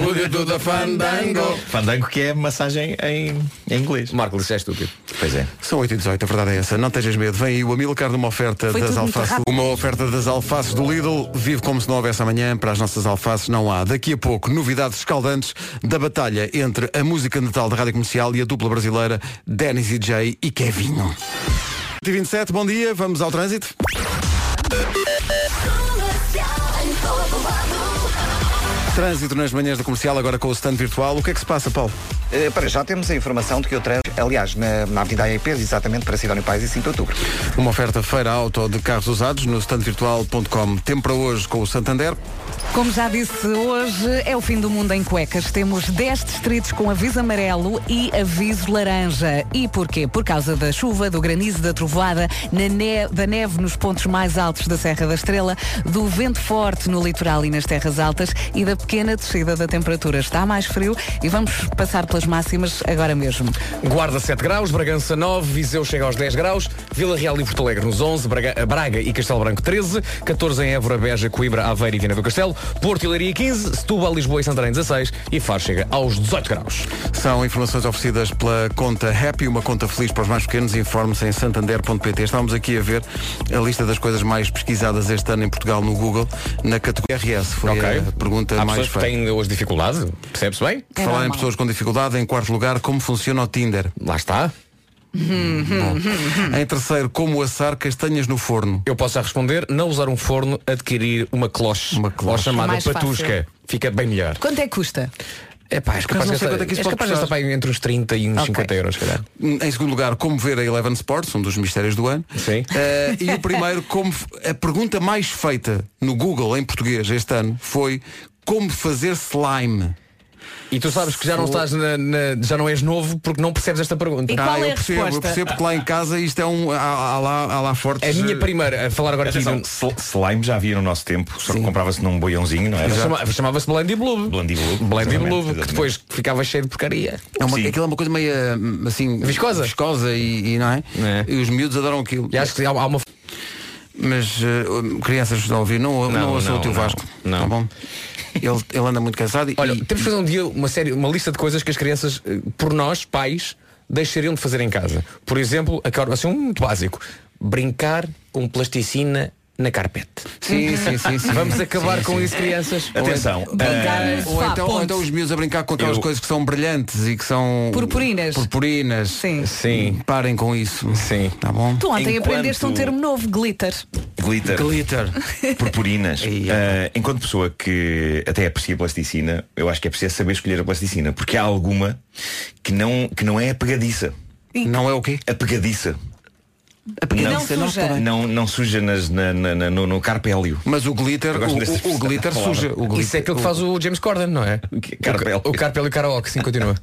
Speaker 6: da Fandango.
Speaker 10: Fandango que é massagem em, em inglês.
Speaker 6: Marco, isso é estúpido.
Speaker 10: Pois é.
Speaker 2: São 8 e 18, a verdade é essa. Não tenhas medo. Vem aí o Amilcar numa oferta
Speaker 4: Foi
Speaker 2: das
Speaker 4: tudo muito
Speaker 2: alfaces.
Speaker 4: rápido.
Speaker 2: Uma oferta das alfaces do Lidl. Vive como se não houvesse amanhã. Para as nossas alfaces não há. Daqui a pouco, novidades escaldantes da batalha entre a música de natal da Rádio Comercial e a dupla brasileira Dennis e Jay e Kevinho. 8 e 27, bom dia. Vamos ao trânsito. Trânsito nas manhãs da comercial, agora com o stand virtual. O que é que se passa, Paulo?
Speaker 3: Eh, para já temos a informação de que o trânsito, aliás, na, na Avenida AEP, exatamente para Sidónio Pais e 5 de Outubro.
Speaker 2: Uma oferta feira auto de carros usados no standvirtual.com. Tempo para hoje com o Santander.
Speaker 4: Como já disse, hoje é o fim do mundo em cuecas. Temos 10 distritos com aviso amarelo e aviso laranja. E porquê? Por causa da chuva, do granizo, da trovoada, na ne- da neve nos pontos mais altos da Serra da Estrela, do vento forte no litoral e nas terras altas e da pequena descida da temperatura. Está mais frio e vamos passar pelas máximas agora mesmo.
Speaker 6: Guarda 7 graus, Bragança 9, Viseu chega aos 10 graus, Vila Real e Porto Alegre nos 11, Braga, eh, Braga e Castelo Branco 13, 14 em Évora, Beja, Coimbra, Aveiro e Viana do Castelo, Porto e Leiria 15, Setúbal, Lisboa e Santarém 16 e Faro chega aos 18 graus.
Speaker 2: São informações oferecidas pela conta Happy, uma conta feliz para os mais pequenos. Informe-se em santander.pt. Estávamos aqui a ver a lista das coisas mais pesquisadas este ano em Portugal no Google, na categoria RS. Foi a pergunta
Speaker 6: Há
Speaker 2: mais
Speaker 6: pessoas que
Speaker 2: feita.
Speaker 6: têm ainda hoje dificuldade, percebe-se bem?
Speaker 2: Por Falar em
Speaker 4: É normal.
Speaker 2: pessoas com dificuldade, em quarto lugar, como funciona o Tinder.
Speaker 6: Lá está.
Speaker 2: Bom. Em terceiro, como assar castanhas no forno.
Speaker 6: Eu posso já responder, não usar um forno, adquirir uma cloche,
Speaker 2: Uma
Speaker 6: uma
Speaker 2: cloche.
Speaker 6: cloche chamada
Speaker 4: Mais fácil.
Speaker 6: patusca. Fica bem melhor.
Speaker 4: Quanto é que custa?
Speaker 6: É pá, és capaz
Speaker 2: não
Speaker 6: de
Speaker 2: sei
Speaker 6: gastar,
Speaker 2: quanto é que isso
Speaker 6: és
Speaker 2: pode
Speaker 6: capaz de gastar
Speaker 2: custar.
Speaker 6: pá, entre uns 30 e uns
Speaker 4: Ok.
Speaker 6: 50 euros, se calhar.
Speaker 2: Em segundo lugar, como ver a Eleven Sports, um dos mistérios do ano.
Speaker 6: Sim.
Speaker 2: Eh, e o primeiro, como f- a pergunta mais feita no Google em português este ano foi como fazer slime.
Speaker 6: E tu sabes que já não
Speaker 2: Sou-
Speaker 6: estás na, na- já não és novo porque não percebes esta pergunta. Tá?
Speaker 4: E qual é
Speaker 2: Ah, eu
Speaker 4: a
Speaker 2: percebo, eu
Speaker 4: resposta?
Speaker 2: percebo que lá em casa isto é um. Há, há lá, há lá fortes.
Speaker 6: É A minha
Speaker 2: eh,
Speaker 6: primeira, a falar agora aqui de um,
Speaker 10: Atenção, sl- slime já havia no nosso tempo, só que comprava-se num boiãozinho, não era?
Speaker 6: chama- chamava-se Blendy Blue.
Speaker 10: Blendy Blue.
Speaker 6: Blendy
Speaker 10: Exatamente,
Speaker 6: Blue, que
Speaker 10: exatamente.
Speaker 6: depois ficava cheio de porcaria.
Speaker 2: É uma,
Speaker 10: Sim.
Speaker 2: aquilo é uma coisa meio hum, assim.
Speaker 6: Viscosa.
Speaker 2: Viscosa e, e não é?
Speaker 6: É.
Speaker 2: E os miúdos adoram aquilo.
Speaker 6: E acho que há, há uma
Speaker 2: Mas eh, crianças estão a ouvir, não, não,
Speaker 10: Não,
Speaker 2: ouçam o
Speaker 10: não,
Speaker 2: teu
Speaker 10: não,
Speaker 2: Vasco.
Speaker 10: não.
Speaker 2: Tá bom? Ele, ele anda muito cansado e.
Speaker 6: Olha,
Speaker 2: e-
Speaker 6: temos de fazer um dia uma série, uma lista de coisas que as crianças, eh, por nós, pais, deixariam de fazer em casa. Por exemplo, a car- assim, um muito básico. Brincar com plasticina na carpete.
Speaker 2: Sim, sim, sim, sim.
Speaker 6: Vamos acabar com isso, crianças.
Speaker 10: Atenção,
Speaker 4: Brincar no
Speaker 2: Eh, Ou
Speaker 4: sofá,
Speaker 2: então, ou então
Speaker 4: ponto.
Speaker 2: os miúdos a brincar com aquelas
Speaker 10: Eu-
Speaker 2: coisas que são brilhantes e que são.
Speaker 4: Purpurinas.
Speaker 2: Purpurinas.
Speaker 4: Sim.
Speaker 6: Sim.
Speaker 2: Parem com isso.
Speaker 6: Sim.
Speaker 2: Tá bom?
Speaker 4: Tu ontem
Speaker 10: Enquanto-
Speaker 4: aprendeste um termo novo, glitter.
Speaker 10: glitter.
Speaker 2: Glitter.
Speaker 10: purpurinas.
Speaker 2: Aí,
Speaker 10: Ah, enquanto pessoa que até aprecia plasticina, eu acho que é preciso saber escolher a plasticina, porque há alguma que não, que não é apegadiça.
Speaker 2: Não é o quê?
Speaker 10: Apegadiça.
Speaker 2: A pequeniça,
Speaker 4: Não suja.
Speaker 2: está bem.
Speaker 10: Não, não suja nas, na- na- na- no, no carpélio.
Speaker 2: Mas o glitter,
Speaker 10: Eu
Speaker 2: o,
Speaker 10: gosto dessa
Speaker 2: o- o
Speaker 10: expressão.
Speaker 2: glitter
Speaker 10: Palavra.
Speaker 2: suja. O glitter,
Speaker 6: Isso é aquilo que faz o James Corden, não é?
Speaker 10: Carpel.
Speaker 6: O, o Carpel e o Karaoke, sim, continua.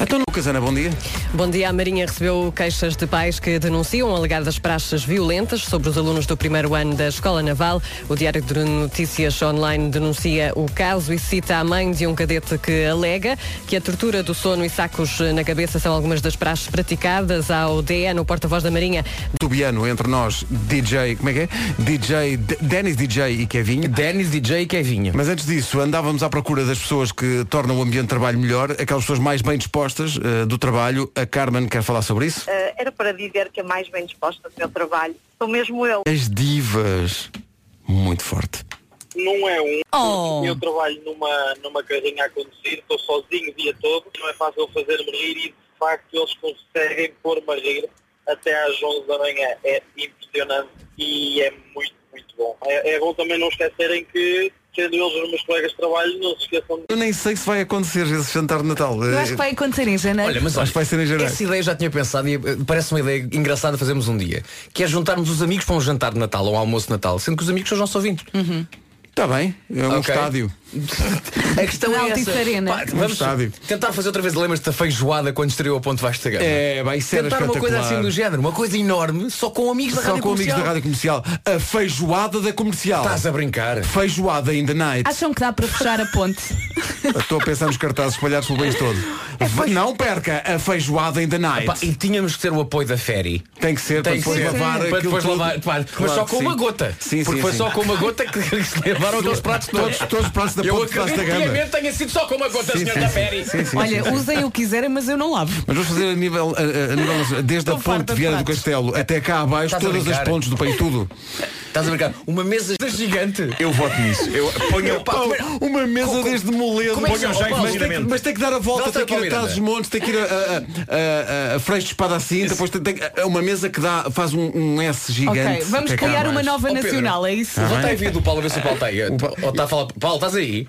Speaker 2: Então, Lucas Ana, bom dia.
Speaker 11: Bom dia, a Marinha recebeu queixas de pais que denunciam alegadas praxes violentas sobre os alunos do primeiro ano da Escola Naval. O Diário de Notícias Online denuncia o caso e cita a mãe de um cadete que alega que a tortura do sono e sacos na cabeça são algumas das praxes praticadas ao DN Tubiano, o porta-voz da Marinha,
Speaker 2: Tubiano, entre nós, DJ, como é que é? DJ, D- Dennis DJ e Kevinho.
Speaker 6: Dennis DJ e Kevinho.
Speaker 2: Mas antes disso, andávamos à procura das pessoas que tornam o ambiente de trabalho melhor, aquelas pessoas mais bem dispostas eh, do trabalho. A Carmen quer falar sobre isso?
Speaker 7: Eh, era para dizer que a mais bem disposta do meu trabalho sou mesmo eu.
Speaker 2: As divas. Muito forte.
Speaker 12: Não é um.
Speaker 11: Oh.
Speaker 12: porque Eu trabalho numa, numa carrinha a conduzir, estou sozinho o dia todo, não é fácil fazer-me rir e de facto eles conseguem pôr-me a rir até às 11 da manhã. É impressionante e é muito, muito bom. É, é bom também não esquecerem que, sendo eles os meus colegas de trabalho, não se esqueçam de
Speaker 2: Eu nem sei se vai acontecer esse jantar de Natal. Eh,
Speaker 4: Eu acho que vai É acontecer em janeiro.
Speaker 6: Olha, mas
Speaker 2: Acho
Speaker 6: olha,
Speaker 2: que vai ser em janeiro.
Speaker 6: Essa ideia eu já tinha pensado e eh, parece uma ideia engraçada fazermos um dia. Que é juntarmos os amigos para um jantar de Natal ou um almoço de Natal, sendo que os amigos são os nossos ouvintes.
Speaker 2: Uhum. Está bem, é um
Speaker 6: Ok.
Speaker 2: estádio.
Speaker 6: A questão é essa.
Speaker 4: Altice Arena.
Speaker 6: Pá,
Speaker 2: Um
Speaker 6: vamos
Speaker 2: estádio.
Speaker 6: tentar fazer outra vez lembras-te da feijoada quando estreou o ponto Vasco da Gama.
Speaker 2: É, vai ser
Speaker 6: Tentar uma coisa
Speaker 2: espetacular.
Speaker 6: assim do género, uma coisa enorme, só com amigos da
Speaker 2: Só
Speaker 6: rádio
Speaker 2: com amigos
Speaker 6: comercial.
Speaker 2: da Rádio Comercial. A feijoada da comercial.
Speaker 6: Estás a brincar.
Speaker 2: Feijoada in the night.
Speaker 4: Acham que dá para fechar a ponte?
Speaker 2: Estou a pensar nos cartazes espalhados pelo país todo.
Speaker 4: É
Speaker 2: Va- Não perca a feijoada in the night.
Speaker 6: Pá, e tínhamos que ter o apoio da Ferry.
Speaker 2: Tem que ser
Speaker 6: Tem que
Speaker 2: para depois
Speaker 6: ser.
Speaker 2: lavar
Speaker 6: Para
Speaker 2: aquilo
Speaker 6: depois
Speaker 2: tudo.
Speaker 6: lavar, pá, mas
Speaker 2: Claro
Speaker 6: só
Speaker 2: que
Speaker 6: com
Speaker 2: sim.
Speaker 6: uma gota.
Speaker 2: Sim,
Speaker 6: Porque
Speaker 2: sim,
Speaker 6: foi
Speaker 2: sim.
Speaker 6: só com uma gota que, que se levaram aqueles pratos todos.
Speaker 2: Todos, todos os pratos da
Speaker 6: Eu
Speaker 2: ponte Vasco
Speaker 6: acredito
Speaker 2: da
Speaker 6: que
Speaker 2: Gama.
Speaker 6: realmente tenha sido só com uma gota,
Speaker 2: Sim,
Speaker 6: senhor
Speaker 2: sim,
Speaker 6: da
Speaker 2: sim.
Speaker 6: Ferry.
Speaker 2: Sim, sim,
Speaker 4: Olha,
Speaker 2: sim, sim.
Speaker 4: usem o que quiserem, mas eu não lavo.
Speaker 2: Mas vamos fazer a nível, a, a- a nível nacional. desde a
Speaker 4: Estou farta
Speaker 2: ponte de
Speaker 4: de
Speaker 2: Viana do
Speaker 4: pratos.
Speaker 2: Castelo até cá abaixo,
Speaker 6: Estás a
Speaker 2: todas as
Speaker 6: brincar?
Speaker 2: pontes do país, tudo.
Speaker 6: Estás a brincar? Uma mesa gigante.
Speaker 10: Eu voto nisso. Eu ponho.
Speaker 6: Pá,
Speaker 2: Oh,
Speaker 6: mas-
Speaker 2: uma mesa
Speaker 6: como-
Speaker 2: desde Moledo.
Speaker 6: como é que se-
Speaker 2: Mas
Speaker 6: oh,
Speaker 2: tem que-
Speaker 6: Paulo,
Speaker 2: mas, tem que, mas tem que dar a volta,
Speaker 6: Não é
Speaker 2: tem
Speaker 6: sei,
Speaker 2: que ir
Speaker 6: Paulo
Speaker 2: atrás dos
Speaker 6: Miranda.
Speaker 2: montes, tem que ir a, a, a, a, a Freixo de Espadacim, depois tem, tem a- uma mesa que dá, faz um, um S gigante.
Speaker 4: ok, vamos
Speaker 2: até cá
Speaker 4: criar uma
Speaker 2: abaixo.
Speaker 4: nova
Speaker 6: Oh, Pedro.
Speaker 4: nacional, é isso?
Speaker 6: Vou estar a vir do Paulo a ver se o Paulo está aí.
Speaker 2: Tá Pa- Ah,
Speaker 6: Ou está a falar. Paulo, estás aí?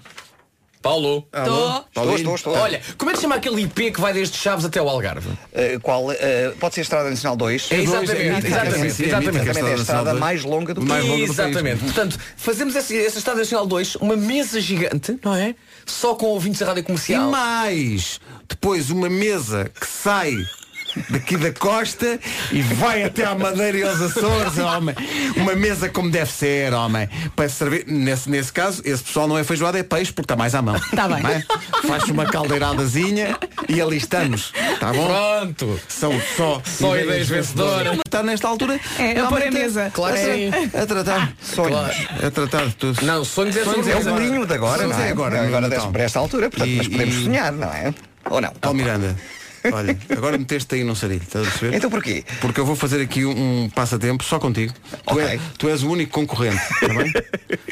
Speaker 6: Paulo.
Speaker 4: Estou.
Speaker 3: Estou, estou, estou.
Speaker 6: Olha, como é que se chama aquele IP que vai desde Chaves até o Algarve?
Speaker 3: Eh, qual, eh, pode ser a Estrada Nacional 2.
Speaker 6: É,
Speaker 2: dois,
Speaker 6: exatamente,
Speaker 2: é mítica,
Speaker 6: exatamente,
Speaker 2: sim, sim, é
Speaker 6: exatamente.
Speaker 2: mítica,
Speaker 3: Exatamente, é a estrada
Speaker 2: nacional
Speaker 3: mais longa do
Speaker 2: mais
Speaker 3: país.
Speaker 2: longa do país.
Speaker 10: É
Speaker 6: Exatamente. Portanto, fazemos essa, essa Estrada Nacional 2, uma mesa gigante, não é? Só com ouvintes da rádio
Speaker 2: E
Speaker 6: comercial.
Speaker 2: mais, depois uma mesa que sai daqui da costa e vai até à Madeira e aos Açores, homem. Uma mesa como deve ser, homem. Para servir, nesse, nesse caso, esse pessoal não é feijoada, é peixe, porque está mais à mão. Está
Speaker 4: Tá bem.
Speaker 2: Faz uma caldeiradazinha e ali estamos. Está bom?
Speaker 6: Pronto.
Speaker 2: São só,
Speaker 6: Só ideias vencedoras.
Speaker 2: Está nesta altura
Speaker 4: É, a pôr a
Speaker 2: realmente
Speaker 4: mesa. É, Ah,
Speaker 6: Claro que sim.
Speaker 2: a, a tratar sonhos. A tratar de tudo.
Speaker 6: Não, sonhos é
Speaker 10: um
Speaker 2: Sonhos
Speaker 6: sobre
Speaker 2: é
Speaker 3: É
Speaker 6: mesa.
Speaker 3: o bolinho de agora,
Speaker 2: Vamos
Speaker 3: não é?
Speaker 2: é agora,
Speaker 3: É
Speaker 2: no
Speaker 3: agora
Speaker 2: Natal.
Speaker 3: desce por esta altura, portanto,
Speaker 2: E-
Speaker 3: mas podemos
Speaker 2: e- Tá
Speaker 3: sonhar, não é? Ou não?
Speaker 2: Paulo Miranda, olha, agora meteste aí num sarilho, estás a perceber?
Speaker 3: Então porquê?
Speaker 2: Porque eu vou fazer aqui um, um passatempo só contigo. Tu,
Speaker 3: Ok.
Speaker 2: é- tu és o único concorrente, está bem?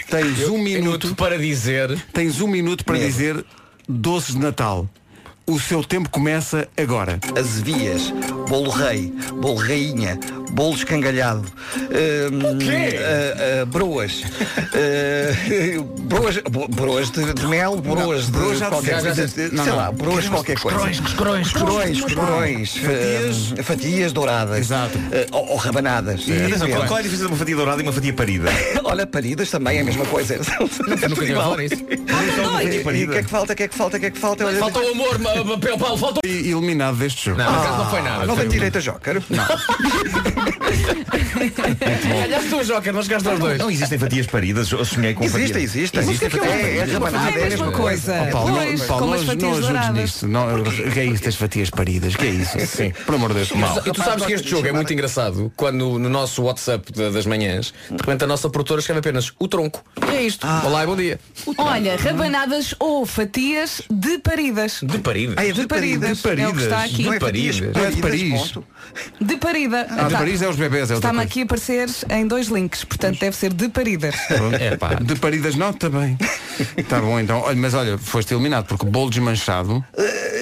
Speaker 2: Tens um minuto,
Speaker 6: Minuto para dizer.
Speaker 2: tens um minuto para dizer doces de Natal. O seu tempo começa agora.
Speaker 3: Azevias, bolo rei, bolo rainha, bolo escangalhado, hum,
Speaker 6: quê?
Speaker 3: ah, ah, broas, ah, broas, bo- broas de, de mel, broas de
Speaker 2: broas já
Speaker 3: qualquer coisa,
Speaker 2: disseste. Já disseste.
Speaker 3: sei
Speaker 2: Não,
Speaker 3: lá,
Speaker 2: não.
Speaker 3: broas qualquer coisa.
Speaker 6: coscrões,
Speaker 3: Corões, corões,
Speaker 2: Fatias.
Speaker 3: ah, fatias douradas,
Speaker 2: Exato.
Speaker 3: ah, ou, ou rabanadas. ah,
Speaker 10: Atenção,
Speaker 3: depende.
Speaker 10: qual qual é a diferença de uma fatia dourada e uma fatia parida?
Speaker 3: Olha, paridas também é a mesma coisa. Não,
Speaker 6: nunca tinha falado nisso.
Speaker 3: E o que é que falta, o que é que falta, o que é que falta? Olha,
Speaker 6: Falta o amor, ma- ma- Paulo, falta o.
Speaker 2: E eliminado deste jogo.
Speaker 6: Não, por acaso não foi
Speaker 2: Ah,
Speaker 6: nada.
Speaker 3: não
Speaker 6: Foi
Speaker 3: tem
Speaker 6: um-
Speaker 3: direito a joker?
Speaker 6: Ganhaste tu, Joker, nós ganhaste os dois.
Speaker 10: Não existem fatias paridas, eu sonhei com
Speaker 3: Existe,
Speaker 10: fatia.
Speaker 3: existe.
Speaker 10: Mas
Speaker 3: existe.
Speaker 10: o que é que eu-
Speaker 3: é, é rabanada,
Speaker 4: Mas é a
Speaker 3: é
Speaker 4: mesma coisa.
Speaker 2: Oh, Paulo,
Speaker 4: Pois,
Speaker 2: não, Paulo,
Speaker 4: como
Speaker 2: não,
Speaker 4: as
Speaker 2: aj-
Speaker 4: fatias
Speaker 2: não ajudes
Speaker 4: douradas.
Speaker 2: nisto. Não, que é isto das fatias paridas? Que é isso? Sim. Por amor de Deus.
Speaker 6: Mas,
Speaker 2: Mal.
Speaker 6: e tu sabes que este jogo é muito engraçado quando no nosso WhatsApp da- das manhãs, de repente a nossa produtora escreve apenas o tronco. E é isto.
Speaker 2: Ah.
Speaker 6: Olá e bom dia.
Speaker 4: Olha, rabanadas ou fatias de paridas.
Speaker 6: De parida.
Speaker 3: Ah, é
Speaker 4: De paridas. É o que está aqui.
Speaker 3: Não é
Speaker 6: Paridas.
Speaker 3: Paris.
Speaker 2: Não é de Paris.
Speaker 4: De parida.
Speaker 2: Ah, de Paris é os bebés, é outra
Speaker 4: Está-me
Speaker 2: coisa.
Speaker 4: aqui a aparecer em dois links, portanto deve ser de paridas.
Speaker 6: É pá.
Speaker 2: De paridas não, também. Está bom então. Olha, mas olha, foste eliminado porque bolo desmanchado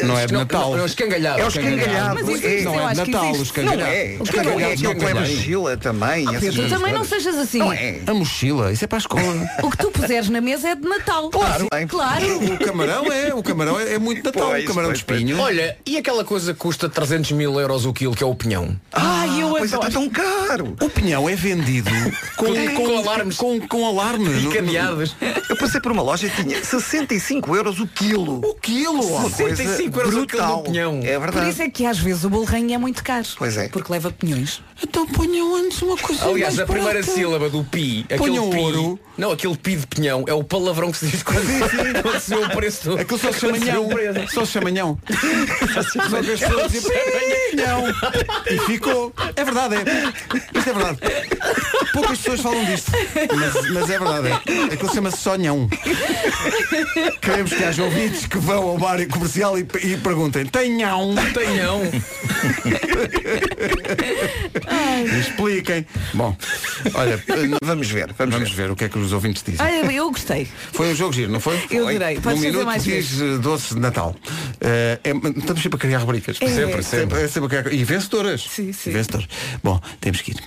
Speaker 2: não é de Natal.
Speaker 6: Não, não, escangalhado.
Speaker 3: É o escangalhado.
Speaker 4: Mas isso
Speaker 3: É,
Speaker 4: existe,
Speaker 2: não
Speaker 4: eu
Speaker 2: é de
Speaker 4: acho que
Speaker 2: Natal, os
Speaker 4: existe.
Speaker 2: can-
Speaker 3: Não é.
Speaker 2: Os
Speaker 3: Os cangalhados. É
Speaker 2: cangalhados
Speaker 3: que é
Speaker 2: não
Speaker 3: a
Speaker 2: têm.
Speaker 3: mochila também. essas
Speaker 4: Pedro,
Speaker 3: coisas
Speaker 4: também não
Speaker 3: todas.
Speaker 4: sejas assim.
Speaker 3: Não é.
Speaker 2: A mochila, isso é para a escola.
Speaker 4: O que tu puseres na mesa é de Natal.
Speaker 3: Claro.
Speaker 4: Claro.
Speaker 2: o camarão é, o camarão é, é muito Natal,
Speaker 3: Pois,
Speaker 2: o camarão
Speaker 3: pois,
Speaker 2: de espinho.
Speaker 6: Olha, e aquela coisa que custa 300 mil euros o quilo, que é o pinhão?
Speaker 4: Ai, eu
Speaker 3: Pois é,
Speaker 4: adoro.
Speaker 3: está tão caro.
Speaker 2: O pinhão é vendido com,
Speaker 6: Com- com alarmes.
Speaker 2: Com, com alarme.
Speaker 6: E
Speaker 2: No-
Speaker 6: cadeadas.
Speaker 3: Eu passei por uma loja e tinha 65 euros o quilo.
Speaker 2: no- O quilo, ó.
Speaker 3: Uma coisa
Speaker 6: 65 euros o quilo
Speaker 3: brutal.
Speaker 6: do pinhão.
Speaker 3: É
Speaker 4: Por isso
Speaker 3: verdade.
Speaker 4: é que às vezes o bolo rainha é muito caro.
Speaker 3: Pois é.
Speaker 4: Porque leva pinhões.
Speaker 2: Então ponham antes uma coisa.
Speaker 6: Aliás,
Speaker 2: mais
Speaker 6: a primeira
Speaker 2: barata.
Speaker 6: sílaba do pi, aquele
Speaker 2: Ponham
Speaker 6: pi,
Speaker 2: ouro.
Speaker 6: Não, aquele pi de pinhão é o palavrão que se diz quando, quando se vê o preço do.
Speaker 2: Aquilo só se chama
Speaker 6: quando vê o
Speaker 2: nhão.
Speaker 6: preço.
Speaker 2: Só se chama nhão. Só que as pessoas dizem, "Pi, nhão." E ficou. É verdade, é. Isto é verdade. Poucas pessoas falam disto. Mas, mas é verdade, é. Aquilo chama-se só nhão. Queremos que haja ouvintes que vão ao bar comercial e, e perguntem, tem nhão? Tem nhão? Expliquem. Bom, olha,
Speaker 3: vamos ver.
Speaker 2: Vamos, ver. o que é que os ouvintes dizem.
Speaker 4: Olha, Ah, eu gostei.
Speaker 2: Foi um jogo giro, não foi?
Speaker 4: Eu
Speaker 2: Foi.
Speaker 4: adorei. Podes
Speaker 2: um
Speaker 4: fazer
Speaker 2: minuto
Speaker 4: mais
Speaker 2: diz eh, doce de Natal. Eh, é- estamos sempre a criar rubricas.
Speaker 4: É. Sempre,
Speaker 2: sempre. é sempre a criar- E vencedoras. Sim, sim. Vencedoras. Bom, temos que ir.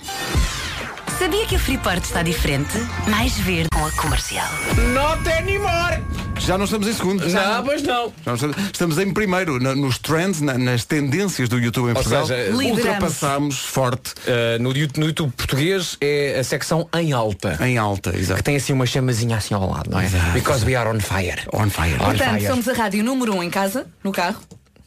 Speaker 5: Sabia que a Freeport está diferente? Mais verde com a comercial.
Speaker 6: Not anymore!
Speaker 2: Já não estamos em segundo.
Speaker 6: Não, pois não.
Speaker 2: Já não estamos- Estamos em primeiro, na- nos trends, na- nas tendências do YouTube em
Speaker 6: Ou
Speaker 2: Portugal.
Speaker 6: seja,
Speaker 2: ultrapassámos forte.
Speaker 6: Ah, no, YouTube, no YouTube português é a secção em alta.
Speaker 2: Em alta, exato.
Speaker 6: Que tem assim uma chamazinha assim ao lado, não é? Because we are on fire.
Speaker 2: On fire.
Speaker 4: Portanto, somos a rádio número 1 um em casa, no carro,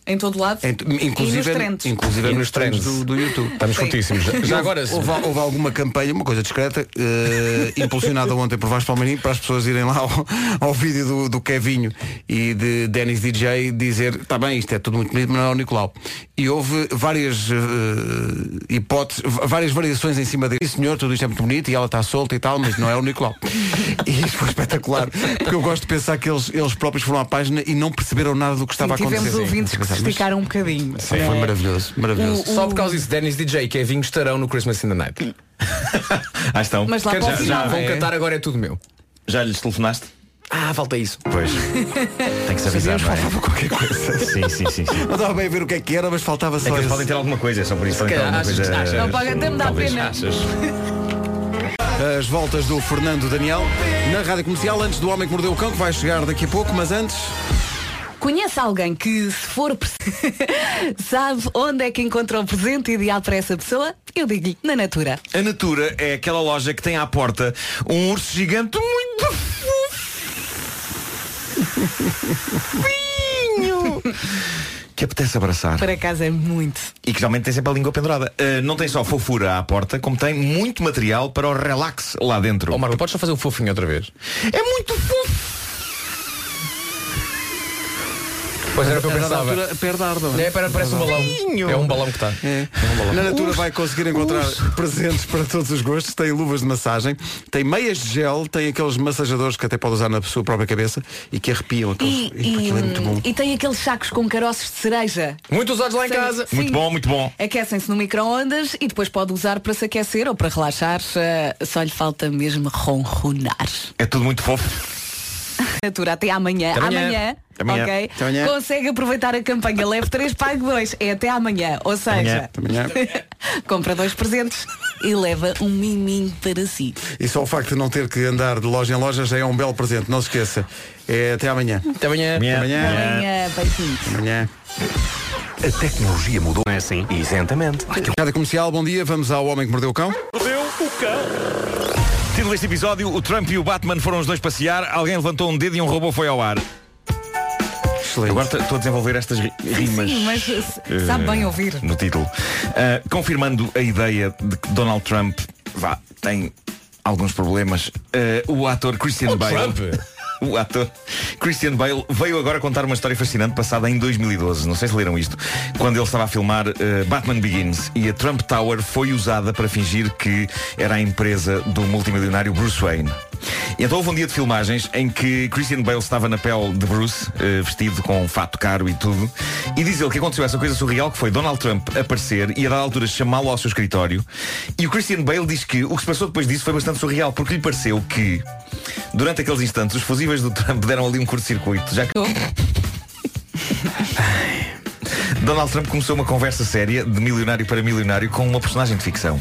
Speaker 4: em todo lado.
Speaker 2: Ent- Inclusive, é
Speaker 4: e nos trends.
Speaker 2: inclusive
Speaker 6: E
Speaker 2: nos
Speaker 6: nos
Speaker 2: trends
Speaker 6: trends.
Speaker 2: do, do YouTube.
Speaker 6: Estamos Sim. fortíssimos. Já- já agora-
Speaker 2: Houve, houve alguma campanha, uma coisa discreta, eh, impulsionada ontem por Vasco Palmeirinho, para as pessoas irem lá ao, ao vídeo do, do Kevinho e de Dennis DJ dizer, está bem, isto é tudo muito bonito, mas não é o Nicolau. E houve várias eh, hipóteses, v- várias variações em cima disso. "Sim, Senhor, tudo isto é muito bonito e ela está solta e tal, mas não é o Nicolau. E isto foi espetacular, porque eu gosto de pensar que eles, eles próprios foram à página e não perceberam nada do que estava
Speaker 4: Sim,
Speaker 2: a acontecer.
Speaker 4: tivemos
Speaker 2: Sim,
Speaker 4: ouvintes que se
Speaker 2: mas-
Speaker 4: esticaram um bocadinho.
Speaker 2: Sim, foi maravilhoso, maravilhoso.
Speaker 6: Só por causa disso, Dennis DJ e Kevinho estarão no Christmas in the Night.
Speaker 3: é-
Speaker 10: Ah, estão.
Speaker 4: Mas lá
Speaker 6: Quer
Speaker 4: para o
Speaker 6: dizer, já,
Speaker 4: final.
Speaker 6: vão
Speaker 4: É.
Speaker 6: cantar agora é tudo meu.
Speaker 10: Já lhes telefonaste?
Speaker 6: Ah, falta isso.
Speaker 10: Pois. Tem que se avisar, não é?
Speaker 2: qualquer coisa.
Speaker 10: Sim, sim, sim. sim.
Speaker 2: Não estava bem a ver o que é que era, mas faltava
Speaker 10: É
Speaker 2: só
Speaker 10: que eles
Speaker 2: esse.
Speaker 10: podem ter alguma coisa, é só por isso. podem ter
Speaker 2: calhar,
Speaker 10: alguma
Speaker 2: achas-
Speaker 10: coisa.
Speaker 2: achas. Não, paga-
Speaker 4: até me dá
Speaker 10: Talvez
Speaker 4: pena.
Speaker 10: achas.
Speaker 2: As voltas do Fernando Daniel na Rádio Comercial, antes do Homem que Mordeu o Cão, que vai chegar daqui a pouco, mas antes...
Speaker 4: Conhece alguém que, se for preciso, sabe onde é que encontra o presente ideal para essa pessoa? Eu digo-lhe, na Natura.
Speaker 10: A Natura é aquela loja que tem à porta um urso gigante muito fofinho que apetece abraçar.
Speaker 4: Por acaso é muito.
Speaker 10: E que geralmente tem sempre a língua pendurada. Ah, não tem só fofura à porta, como tem muito material para o relax lá dentro.
Speaker 6: Ó Marco, Oh, podes só fazer o fofinho outra vez?
Speaker 10: É muito fofo.
Speaker 6: Pois era o que eu
Speaker 2: A dada
Speaker 6: pensava.
Speaker 2: altura, perde a arda, não é?
Speaker 6: É, para- parece um balão.
Speaker 10: Fofinho.
Speaker 6: É um balão que está.
Speaker 2: Na Natura
Speaker 6: Urso.
Speaker 2: vai conseguir encontrar presentes para todos os gostos. Tem luvas de massagem, tem meias de gel, tem aqueles massageadores que até pode usar na sua própria cabeça e que arrepiam aqueles.
Speaker 4: E, um-
Speaker 2: Aquilo é muito bom.
Speaker 4: e, e tem aqueles sacos com caroços de cereja.
Speaker 6: Muitos usados lá em
Speaker 4: Sim,
Speaker 6: casa.
Speaker 4: sim.
Speaker 10: Muito bom, muito bom.
Speaker 4: Aquecem-se no micro-ondas e depois pode usar para se aquecer ou para relaxar. Eh, Só lhe falta mesmo ronronar.
Speaker 10: É tudo muito fofo.
Speaker 4: Natura até amanhã.
Speaker 10: Até amanhã.
Speaker 4: Amanhã.
Speaker 10: Até amanhã.
Speaker 4: ok?
Speaker 10: Até amanhã.
Speaker 4: Consegue aproveitar a campanha Leve 3, pague 2. É até amanhã. Ou seja,
Speaker 2: amanhã. Até
Speaker 4: compra dois presentes e leva um miminho para si.
Speaker 2: E só o facto de não ter que andar de loja em loja já é um belo presente, não se esqueça. É até amanhã.
Speaker 6: Até amanhã.
Speaker 2: É.
Speaker 10: Amanhã.
Speaker 2: Amanhã.
Speaker 4: Amanhã, beijinhos.
Speaker 2: Amanhã.
Speaker 9: A tecnologia mudou. É assim? Isentamente.
Speaker 2: Rádio Comercial, bom dia. Vamos ao Homem que Mordeu o Cão.
Speaker 10: Título deste episódio, o Trump e o Batman foram os dois passear, alguém levantou um dedo e um robô foi ao ar.
Speaker 2: Excelente.
Speaker 10: Eu Agora estou a desenvolver estas ri- rimas.
Speaker 4: Sim, mas eh, sabe
Speaker 10: eh,
Speaker 4: bem ouvir.
Speaker 2: é
Speaker 10: No título. Ah, confirmando a ideia de que Donald Trump vá, tem alguns problemas. ah, o ator Christian Bale.
Speaker 6: Trump?
Speaker 10: O ator Christian Bale veio agora contar uma história fascinante passada em 2012. Não sei se leram isto. Quando ele estava a filmar eh, Batman Begins e a Trump Tower foi usada para fingir que era a empresa do multimilionário Bruce Wayne. E então houve um dia de filmagens em que Christian Bale estava na pele de Bruce, eh, vestido com um fato caro e tudo, e diz ele que aconteceu essa coisa surreal que foi Donald Trump aparecer e a dada altura chamá-lo ao seu escritório. E o Christian Bale diz que o que se passou depois disso foi bastante surreal, porque lhe pareceu que Durante aqueles instantes, os fusíveis do Trump deram ali um curto-circuito, já que Donald Trump começou uma conversa séria de milionário para milionário com uma personagem de ficção.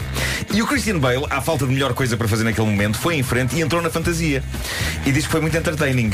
Speaker 10: E o Christian Bale, à falta de melhor coisa para fazer naquele momento, foi em frente e entrou na fantasia. E diz que foi muito entertaining.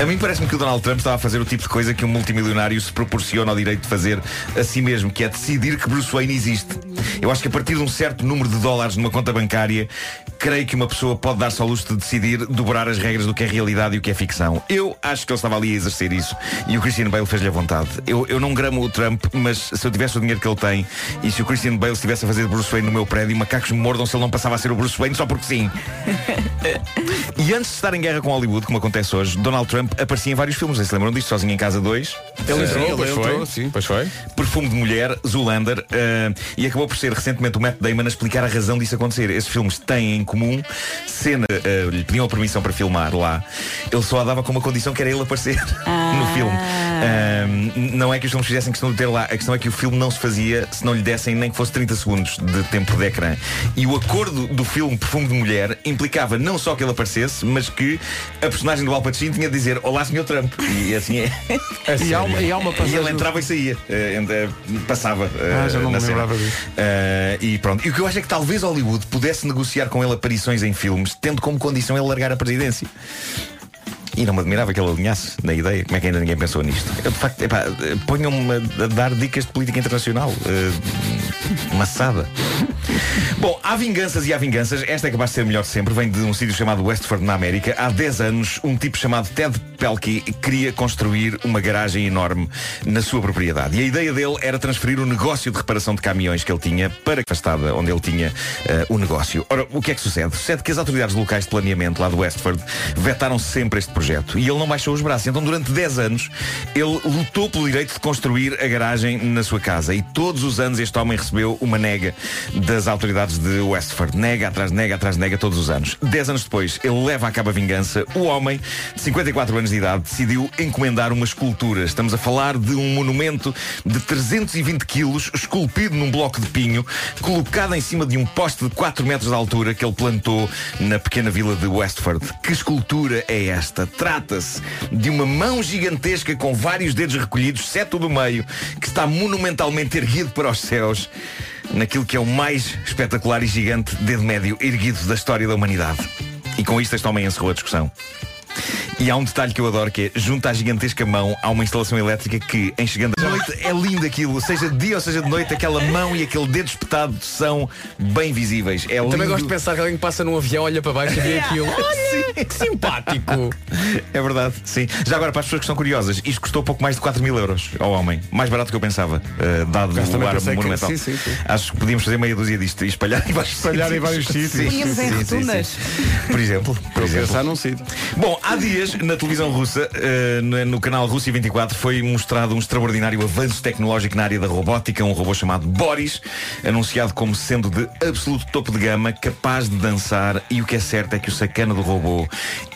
Speaker 10: A mim parece-me que o Donald Trump estava a fazer o tipo de coisa que um multimilionário se proporciona ao direito de fazer a si mesmo, que é decidir que Bruce Wayne existe. Eu acho que a partir de um certo número de dólares numa conta bancária, creio que uma pessoa pode dar-se ao luxo de decidir dobrar as regras do que é realidade e o que é ficção. Eu acho que ele estava ali a exercer isso e o Christian Bale fez-lhe a vontade. Eu, eu não gramo o Trump, mas se eu tivesse o dinheiro que ele tem e se o Christian Bale estivesse a fazer de Bruce Wayne no meu prédio, macacos me mordam se ele não passava a ser o Bruce Wayne só porque sim. E antes de estar em guerra com Hollywood, como acontece hoje, Donald Trump aparecia em vários filmes. Vocês se lembram disto? Sozinho em Casa 2.
Speaker 6: Ele entrou, pois foi.
Speaker 10: pois foi. Perfume de Mulher, Zoolander. eh, e acabou por ser recentemente o Matt Damon a explicar a razão disso acontecer. Esses filmes têm em comum cena. eh, lhe pediam a permissão para filmar lá. Ele só a dava com uma condição que era ele aparecer no filme. Ahm, não é que os filmes fizessem questão de ter lá. A questão é que o filme não se fazia se não lhe dessem nem que fosse 30 segundos de tempo de ecrã. E o acordo do filme Perfume de Mulher implicava não só que ele aparecesse, mas que a personagem do Al Pacino tinha de dizer Olá, Sr. Trump. E assim é.
Speaker 2: A E há sério? uma- e há uma passagem-
Speaker 10: E ele entrava e saía. Eh, ent- eh, passava. eh,
Speaker 2: Ah, já não
Speaker 10: na
Speaker 2: me
Speaker 10: cena.
Speaker 2: lembrava disso.
Speaker 10: Eh, e pronto. E o que eu acho é que talvez Hollywood pudesse negociar com ele aparições em filmes, tendo como condição ele largar a presidência. E não me admirava que ele alinhasse na ideia. Como é que ainda ninguém pensou nisto? Eu, de facto, epá, eh, ponham-me a- a dar dicas de política internacional. Eh, maçada. Bom, há vinganças e há vinganças. Esta é capaz de ser melhor sempre. Vem de um sítio chamado Westford, na América. Há 10 anos, um tipo chamado Ted Pelkey queria construir uma garagem enorme na sua propriedade. E a ideia dele era transferir o negócio de reparação de caminhões que ele tinha para a afastada onde ele tinha eh, o negócio. Ora, o que é que sucede? Sucede que as autoridades locais de planeamento lá do Westford vetaram sempre este projeto. E ele não baixou os braços. Então, durante 10 anos, ele lutou pelo direito de construir a garagem na sua casa. E todos os anos este homem recebeu uma nega das autoridades de Westford. Nega atrás de nega atrás de nega todos os anos. Dez anos depois, ele leva a cabo a vingança. O homem, de 54 anos de idade, decidiu encomendar uma escultura. Estamos a falar de um monumento de 320 quilos, esculpido num bloco de pinho, colocado em cima de um poste de 4 metros de altura que ele plantou na pequena vila de Westford. Que escultura é esta? Trata-se de uma mão gigantesca com vários dedos recolhidos, sete o do meio, que está monumentalmente erguido para os céus, naquilo que é o mais espetacular e gigante dedo médio erguido da história da humanidade. E com isto este homem encerrou a discussão. E há um detalhe que eu adoro que é, junto à gigantesca mão, há uma instalação elétrica que, em chegando à noite, é lindo aquilo. Seja de dia ou seja de noite, aquela mão e aquele dedo espetado são bem visíveis. É
Speaker 6: Também
Speaker 10: lindo.
Speaker 6: gosto de pensar que alguém que passa num avião olha para baixo e vê aquilo. Olha, que simpático.
Speaker 10: É verdade, sim. Já agora, para as pessoas que são curiosas, isto custou pouco mais de 4 mil euros ao homem. Mais barato do que eu pensava, eh, dado
Speaker 2: Eu também
Speaker 10: o ar
Speaker 2: pensei que-
Speaker 10: monumental.
Speaker 2: sim, sim, sim.
Speaker 10: Acho que podíamos fazer meia dúzia disto e espalhar em vários
Speaker 2: Espalhar em
Speaker 10: sítios.
Speaker 2: vários sítios. Íamos em rotundas.
Speaker 10: Por exemplo. Por exemplo.
Speaker 2: pensar num sítio.
Speaker 10: Bom, há dias, na televisão russa, eh, no- no canal Rússia 24, foi mostrado um extraordinário avanço tecnológico na área da robótica, um robô chamado Boris, anunciado como sendo de absoluto topo de gama, capaz de dançar, e o que é certo é que o sacana do robô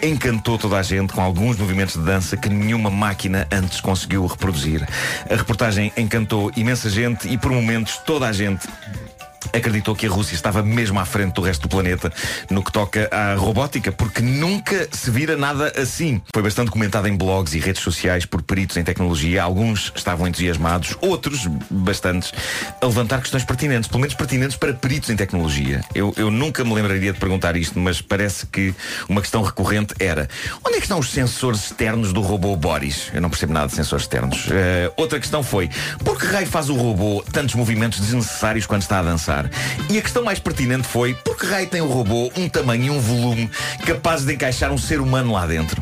Speaker 10: encantou toda a gente com alguns movimentos de dança que nenhuma máquina antes conseguiu reproduzir. A reportagem encantou imensa gente e, por momentos, toda a gente acreditou que a Rússia estava mesmo à frente do resto do planeta no que toca à robótica, porque nunca se vira nada assim. Foi bastante comentado em blogs e redes sociais por peritos em tecnologia. Alguns estavam entusiasmados, outros, bastantes, a levantar questões pertinentes, pelo menos pertinentes para peritos em tecnologia. Eu, eu nunca me lembraria de perguntar isto, mas parece que uma questão recorrente era onde é que estão os sensores externos do robô Boris? Eu não percebo nada de sensores externos. Eh, outra questão foi por que raio faz o robô tantos movimentos desnecessários quando está a dançar? E a questão mais pertinente foi por que raio tem o robô um tamanho e um volume capazes de encaixar um ser humano lá dentro?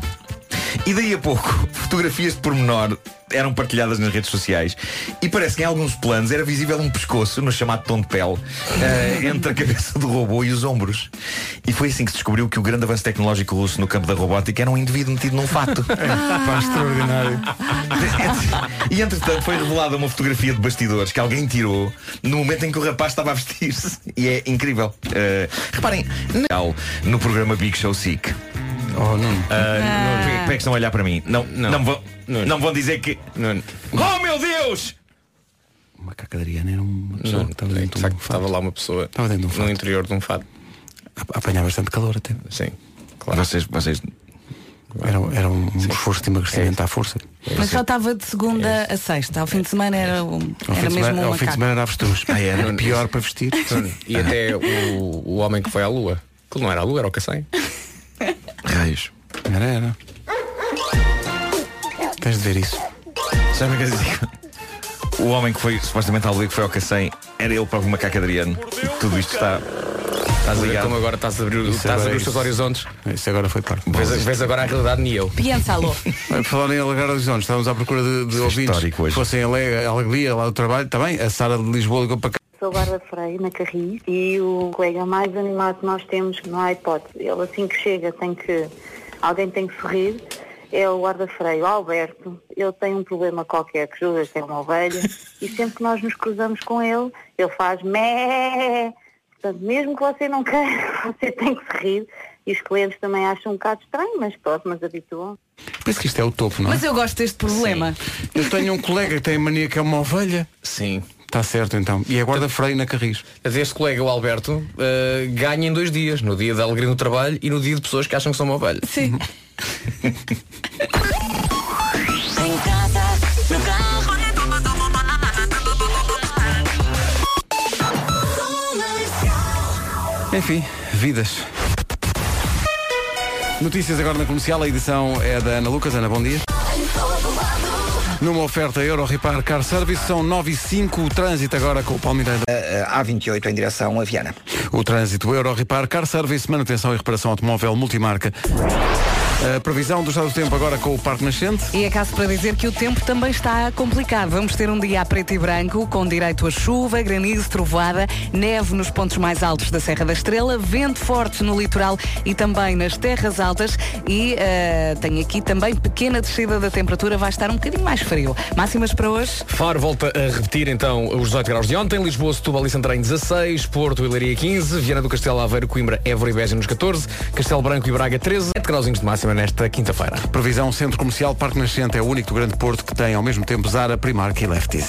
Speaker 10: E daí a pouco, fotografias de pormenor eram partilhadas nas redes sociais e parece que em alguns planos era visível um pescoço no chamado tom de pele eh, entre a cabeça do robô e os ombros. E foi assim que se descobriu que o grande avanço tecnológico russo no campo da robótica era um indivíduo metido num fato.
Speaker 2: Pá, extraordinário.
Speaker 10: E entretanto foi revelada uma fotografia de bastidores que alguém tirou no momento em que o rapaz estava a vestir-se. E é incrível. Eh, reparem, no, no programa Big Show Sick.
Speaker 2: Oh, não.
Speaker 10: Como é que estão a olhar para mim? Não, não, vão, não. vão dizer que. Oh meu Deus!
Speaker 2: Uma cacadariana era uma pessoa
Speaker 6: Não, é
Speaker 2: que estava dentro de um fato.
Speaker 6: Estava lá uma pessoa
Speaker 2: Estava dentro de um fato.
Speaker 6: no interior de um fado.
Speaker 2: A- Apanhava bastante calor até.
Speaker 6: Sim.
Speaker 10: Vocês, vocês.
Speaker 2: Era, era um esforço de emagrecimento à força.
Speaker 4: Mas só estava de segunda a sexta. Ao fim de semana era, um,
Speaker 2: Ao fim
Speaker 4: era
Speaker 2: de
Speaker 4: mesmo
Speaker 2: semana-
Speaker 4: um
Speaker 2: ao fim de
Speaker 4: macaco.
Speaker 2: semana era avestruz.
Speaker 10: Ah, era?
Speaker 2: Era pior para vestir.
Speaker 6: E até o, o homem que foi à lua. Aquilo não era a lua, era o cacém.
Speaker 10: Raios.
Speaker 2: Era, era. Tens de ver isso.
Speaker 10: Sabe o que eu digo? O homem que foi supostamente à lua e que foi ao Cacém Era ele próprio macaco Adriano. Tudo isto está. Estás ligado?
Speaker 6: Como agora estás a abrir,
Speaker 10: Isso
Speaker 6: estás a
Speaker 10: agora
Speaker 6: abrir
Speaker 10: é
Speaker 6: os teus
Speaker 10: isso.
Speaker 6: horizontes.
Speaker 2: Isso agora foi claro.
Speaker 6: Vês, vês agora a realidade, nem eu.
Speaker 4: Piénsalo.
Speaker 2: Bem, Por falar em alegrar horizontes, estávamos à procura de, de ouvintes que fossem ale- alegria lá do trabalho também. A Sara de Lisboa ligou para cá.
Speaker 13: Sou Bárbara Freire, na Carris, e o colega mais animado que nós temos, não há hipótese. Ele assim que chega, tem que, alguém tem que sorrir, é o guarda freio, o Alberto. Ele tem um problema qualquer, que julga que é uma ovelha, e sempre que nós nos cruzamos com ele, ele faz mé. Portanto, mesmo que você não queira, você tem que sorrir. E os clientes também acham um bocado estranho, mas pronto, mas habituam.
Speaker 2: Penso que isto é o topo, não é?
Speaker 4: Mas eu gosto deste problema.
Speaker 2: Eu tenho um colega que tem mania que é uma ovelha. Sim. Está certo então. E é guarda-freio na Carris.
Speaker 6: Mas Este colega, o Alberto, eh, ganha em dois dias, no dia da alegria no trabalho e no dia de pessoas que acham que são uma ovelha.
Speaker 4: Sim.
Speaker 5: Em casa, no carro.
Speaker 2: Enfim, vidas. Notícias agora na comercial, a edição é da Ana Lucas. Ana, bom dia. Numa oferta Euro Repar Car Service, são 9 e 5 o trânsito agora com o Palmeiras.
Speaker 3: A28 em direção a Viana.
Speaker 2: O trânsito Euro Repar Car Service, manutenção e reparação automóvel multimarca. A previsão do estado do tempo agora com o Parque Nascente.
Speaker 4: E é caso para dizer que o tempo também está complicado. Vamos ter um dia a preto e branco, com direito a chuva, granizo, trovoada, neve nos pontos mais altos da Serra da Estrela, vento forte no litoral e também nas terras altas. E eh, tem aqui também pequena descida da temperatura, vai estar um bocadinho mais frio. Máximas para hoje?
Speaker 6: Faro volta a repetir então os 18 graus de ontem, Lisboa, Setúbal e Santarém 16, Porto e Leiria 15, Viana do Castelo, Aveiro, Coimbra, Évora e Beja nos 14, Castelo Branco e Braga 13, 7 grauzinhos de máxima nesta quinta-feira.
Speaker 2: Previsão Centro Comercial Parque Nascente é o único do Grande Porto que tem ao mesmo tempo Zara, Primark e Lefties.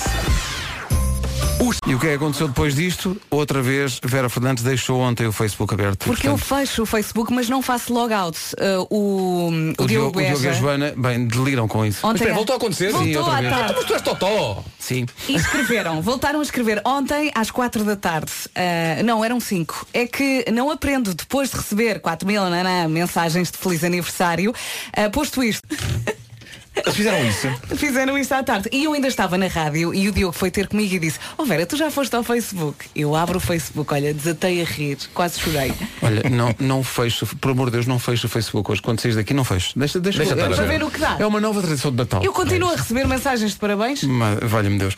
Speaker 2: Os- E o que é que aconteceu depois disto? Outra vez, Vera Fernandes deixou ontem o Facebook aberto.
Speaker 4: Porque eu fecho o Facebook, mas não faço logout. Eh, o, o,
Speaker 2: O Diogo,
Speaker 4: Diogo
Speaker 2: o Diogo e a
Speaker 4: Beja
Speaker 2: Joana, bem, deliram com isso.
Speaker 4: Ontem Mas espera, à- voltou a acontecer?
Speaker 2: Sim,
Speaker 4: Voltou
Speaker 2: outra
Speaker 4: à
Speaker 2: vez.
Speaker 4: tarde.
Speaker 6: Mas Ah, tu és totó!
Speaker 2: Sim.
Speaker 4: E escreveram, voltaram a escrever ontem às quatro da tarde. Ah, não, eram cinco. É que não aprendo depois de receber 4 mil nanã, mensagens de feliz aniversário. ah, posto isto.
Speaker 10: Eles fizeram isso.
Speaker 4: Fizeram isto à tarde. E eu ainda estava na rádio e o Diogo foi ter comigo e disse: Ó Vera, tu já foste ao Facebook? Eu abro o Facebook, olha, desatei a rir, quase chorei.
Speaker 2: Olha, não, não fecho, por amor de Deus, não fecho o Facebook hoje. Quando saís daqui, não fecho. Deixa, deixa, é,
Speaker 4: Deixa estar a
Speaker 2: para
Speaker 4: ver.
Speaker 2: ver o que dá. É uma nova tradição de Natal. É.
Speaker 4: Eu continuo a receber mensagens de parabéns.
Speaker 2: Mas, valha-me Deus.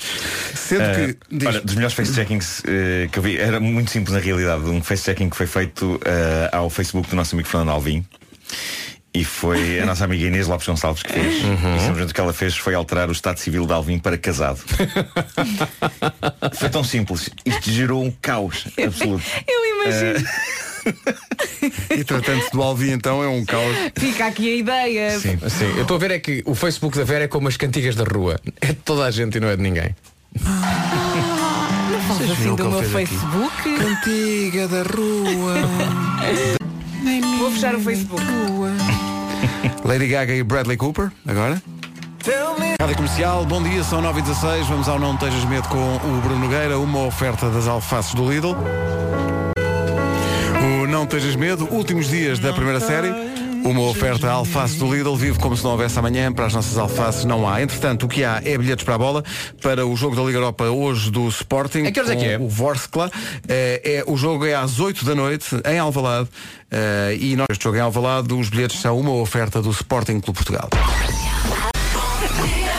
Speaker 2: Sendo
Speaker 10: Eh,
Speaker 2: que. diz-
Speaker 10: olha, dos melhores face-checkings eh, que eu vi, era muito simples na realidade, um face-checking que foi feito eh, ao Facebook do nosso amigo Fernando Alvim. E foi a nossa amiga Inês Lopes Gonçalves que fez. E simplesmente o que ela fez foi alterar o estado civil de Alvim para casado. foi tão simples. Isto gerou um caos absoluto.
Speaker 4: Eu imagino.
Speaker 2: E tratando-se do Alvi, então é um caos.
Speaker 4: Fica aqui a ideia.
Speaker 6: Ah. Sim, sim. Eu estou a ver é que o Facebook da Vera é como as cantigas da rua. É de toda a gente e não é de ninguém.
Speaker 4: Não falas
Speaker 6: Vocês
Speaker 4: assim
Speaker 6: viram o que
Speaker 4: do
Speaker 6: ele
Speaker 4: meu
Speaker 6: fez aqui?
Speaker 4: Facebook.
Speaker 2: Cantiga da rua.
Speaker 4: Vou fechar o Facebook.
Speaker 2: Lady Gaga e Bradley Cooper, agora. Rádio Comercial, bom dia, são 9 e 16 Vamos ao Não Tejas Medo com o Bruno Nogueira, uma oferta das alfaces do Lidl. O Não Tejas Medo, últimos dias da primeira série. Uma oferta à alface do Lidl, vive como se não houvesse amanhã, para as nossas alfaces não há. Entretanto, o que há é bilhetes para a bola, para o jogo da Liga Europa hoje do Sporting.
Speaker 6: A que horas é
Speaker 2: com
Speaker 6: que é?
Speaker 2: O Vorskla. Eh, é, o jogo é às 8 da noite, em Alvalade. Eh, e nós, este jogo é em Alvalade, os bilhetes são uma oferta do Sporting Clube Portugal.
Speaker 4: Bom dia.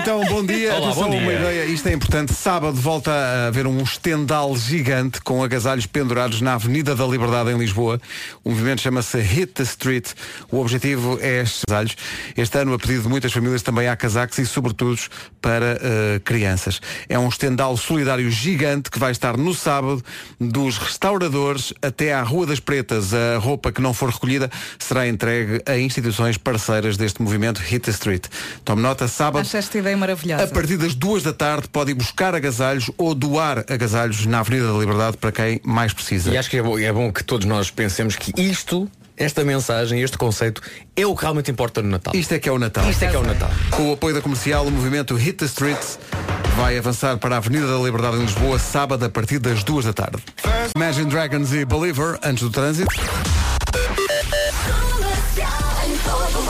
Speaker 2: Então, bom dia.
Speaker 14: Olá,
Speaker 2: Atenção
Speaker 14: bom
Speaker 2: a uma
Speaker 14: dia.
Speaker 2: ideia, isto é importante. Sábado volta a haver um estendal gigante com agasalhos pendurados na Avenida da Liberdade em Lisboa. O movimento chama-se Hit the Street. O objetivo é estes agasalhos. Este ano, a pedido de muitas famílias, também há casacos e, sobretudo, para eh, crianças. É um estendal solidário gigante que vai estar no sábado, dos restauradores até à Rua das Pretas. A roupa que não for recolhida será entregue a instituições parceiras deste movimento Hit the Street. Tome nota, sábado.
Speaker 4: Acho esta ideia maravilhosa.
Speaker 2: A partir das duas da tarde pode ir buscar agasalhos ou doar agasalhos na Avenida da Liberdade para quem mais precisa.
Speaker 6: E acho que é bom, é bom que todos nós pensemos que isto, esta mensagem, este conceito, é o que realmente importa no Natal.
Speaker 2: Isto é que é o Natal.
Speaker 6: Isto é que é o Natal.
Speaker 2: Com o apoio da comercial, o movimento Hit the Streets vai avançar para a Avenida da Liberdade em Lisboa, sábado, a partir das duas da tarde. Imagine Dragons e Believer, antes do trânsito.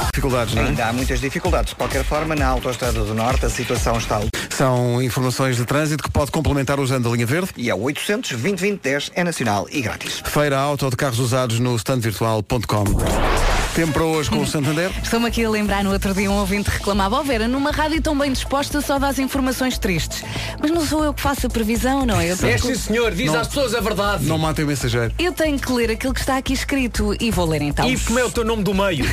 Speaker 6: é?
Speaker 3: Dificuldades, não Ainda há muitas dificuldades. De qualquer forma, na Autoestrada do Norte a situação está...
Speaker 2: São informações de trânsito que pode complementar usando a linha verde.
Speaker 3: E é 800 2010 é nacional e grátis.
Speaker 2: Feira Auto de Carros Usados no standvirtual.com. Tempo para hoje com o Santander.
Speaker 4: Estou-me aqui a lembrar no outro dia um ouvinte reclamava, ó Vera, numa rádio tão bem disposta só dás informações tristes. Mas não sou eu que faço a previsão, não é? Eu tenho
Speaker 6: É
Speaker 4: que-
Speaker 6: sim, senhor, diz às pessoas a verdade.
Speaker 2: Não matem o mensageiro.
Speaker 4: Eu tenho que ler aquilo que está aqui escrito e vou ler então.
Speaker 6: E como é o teu nome do meio?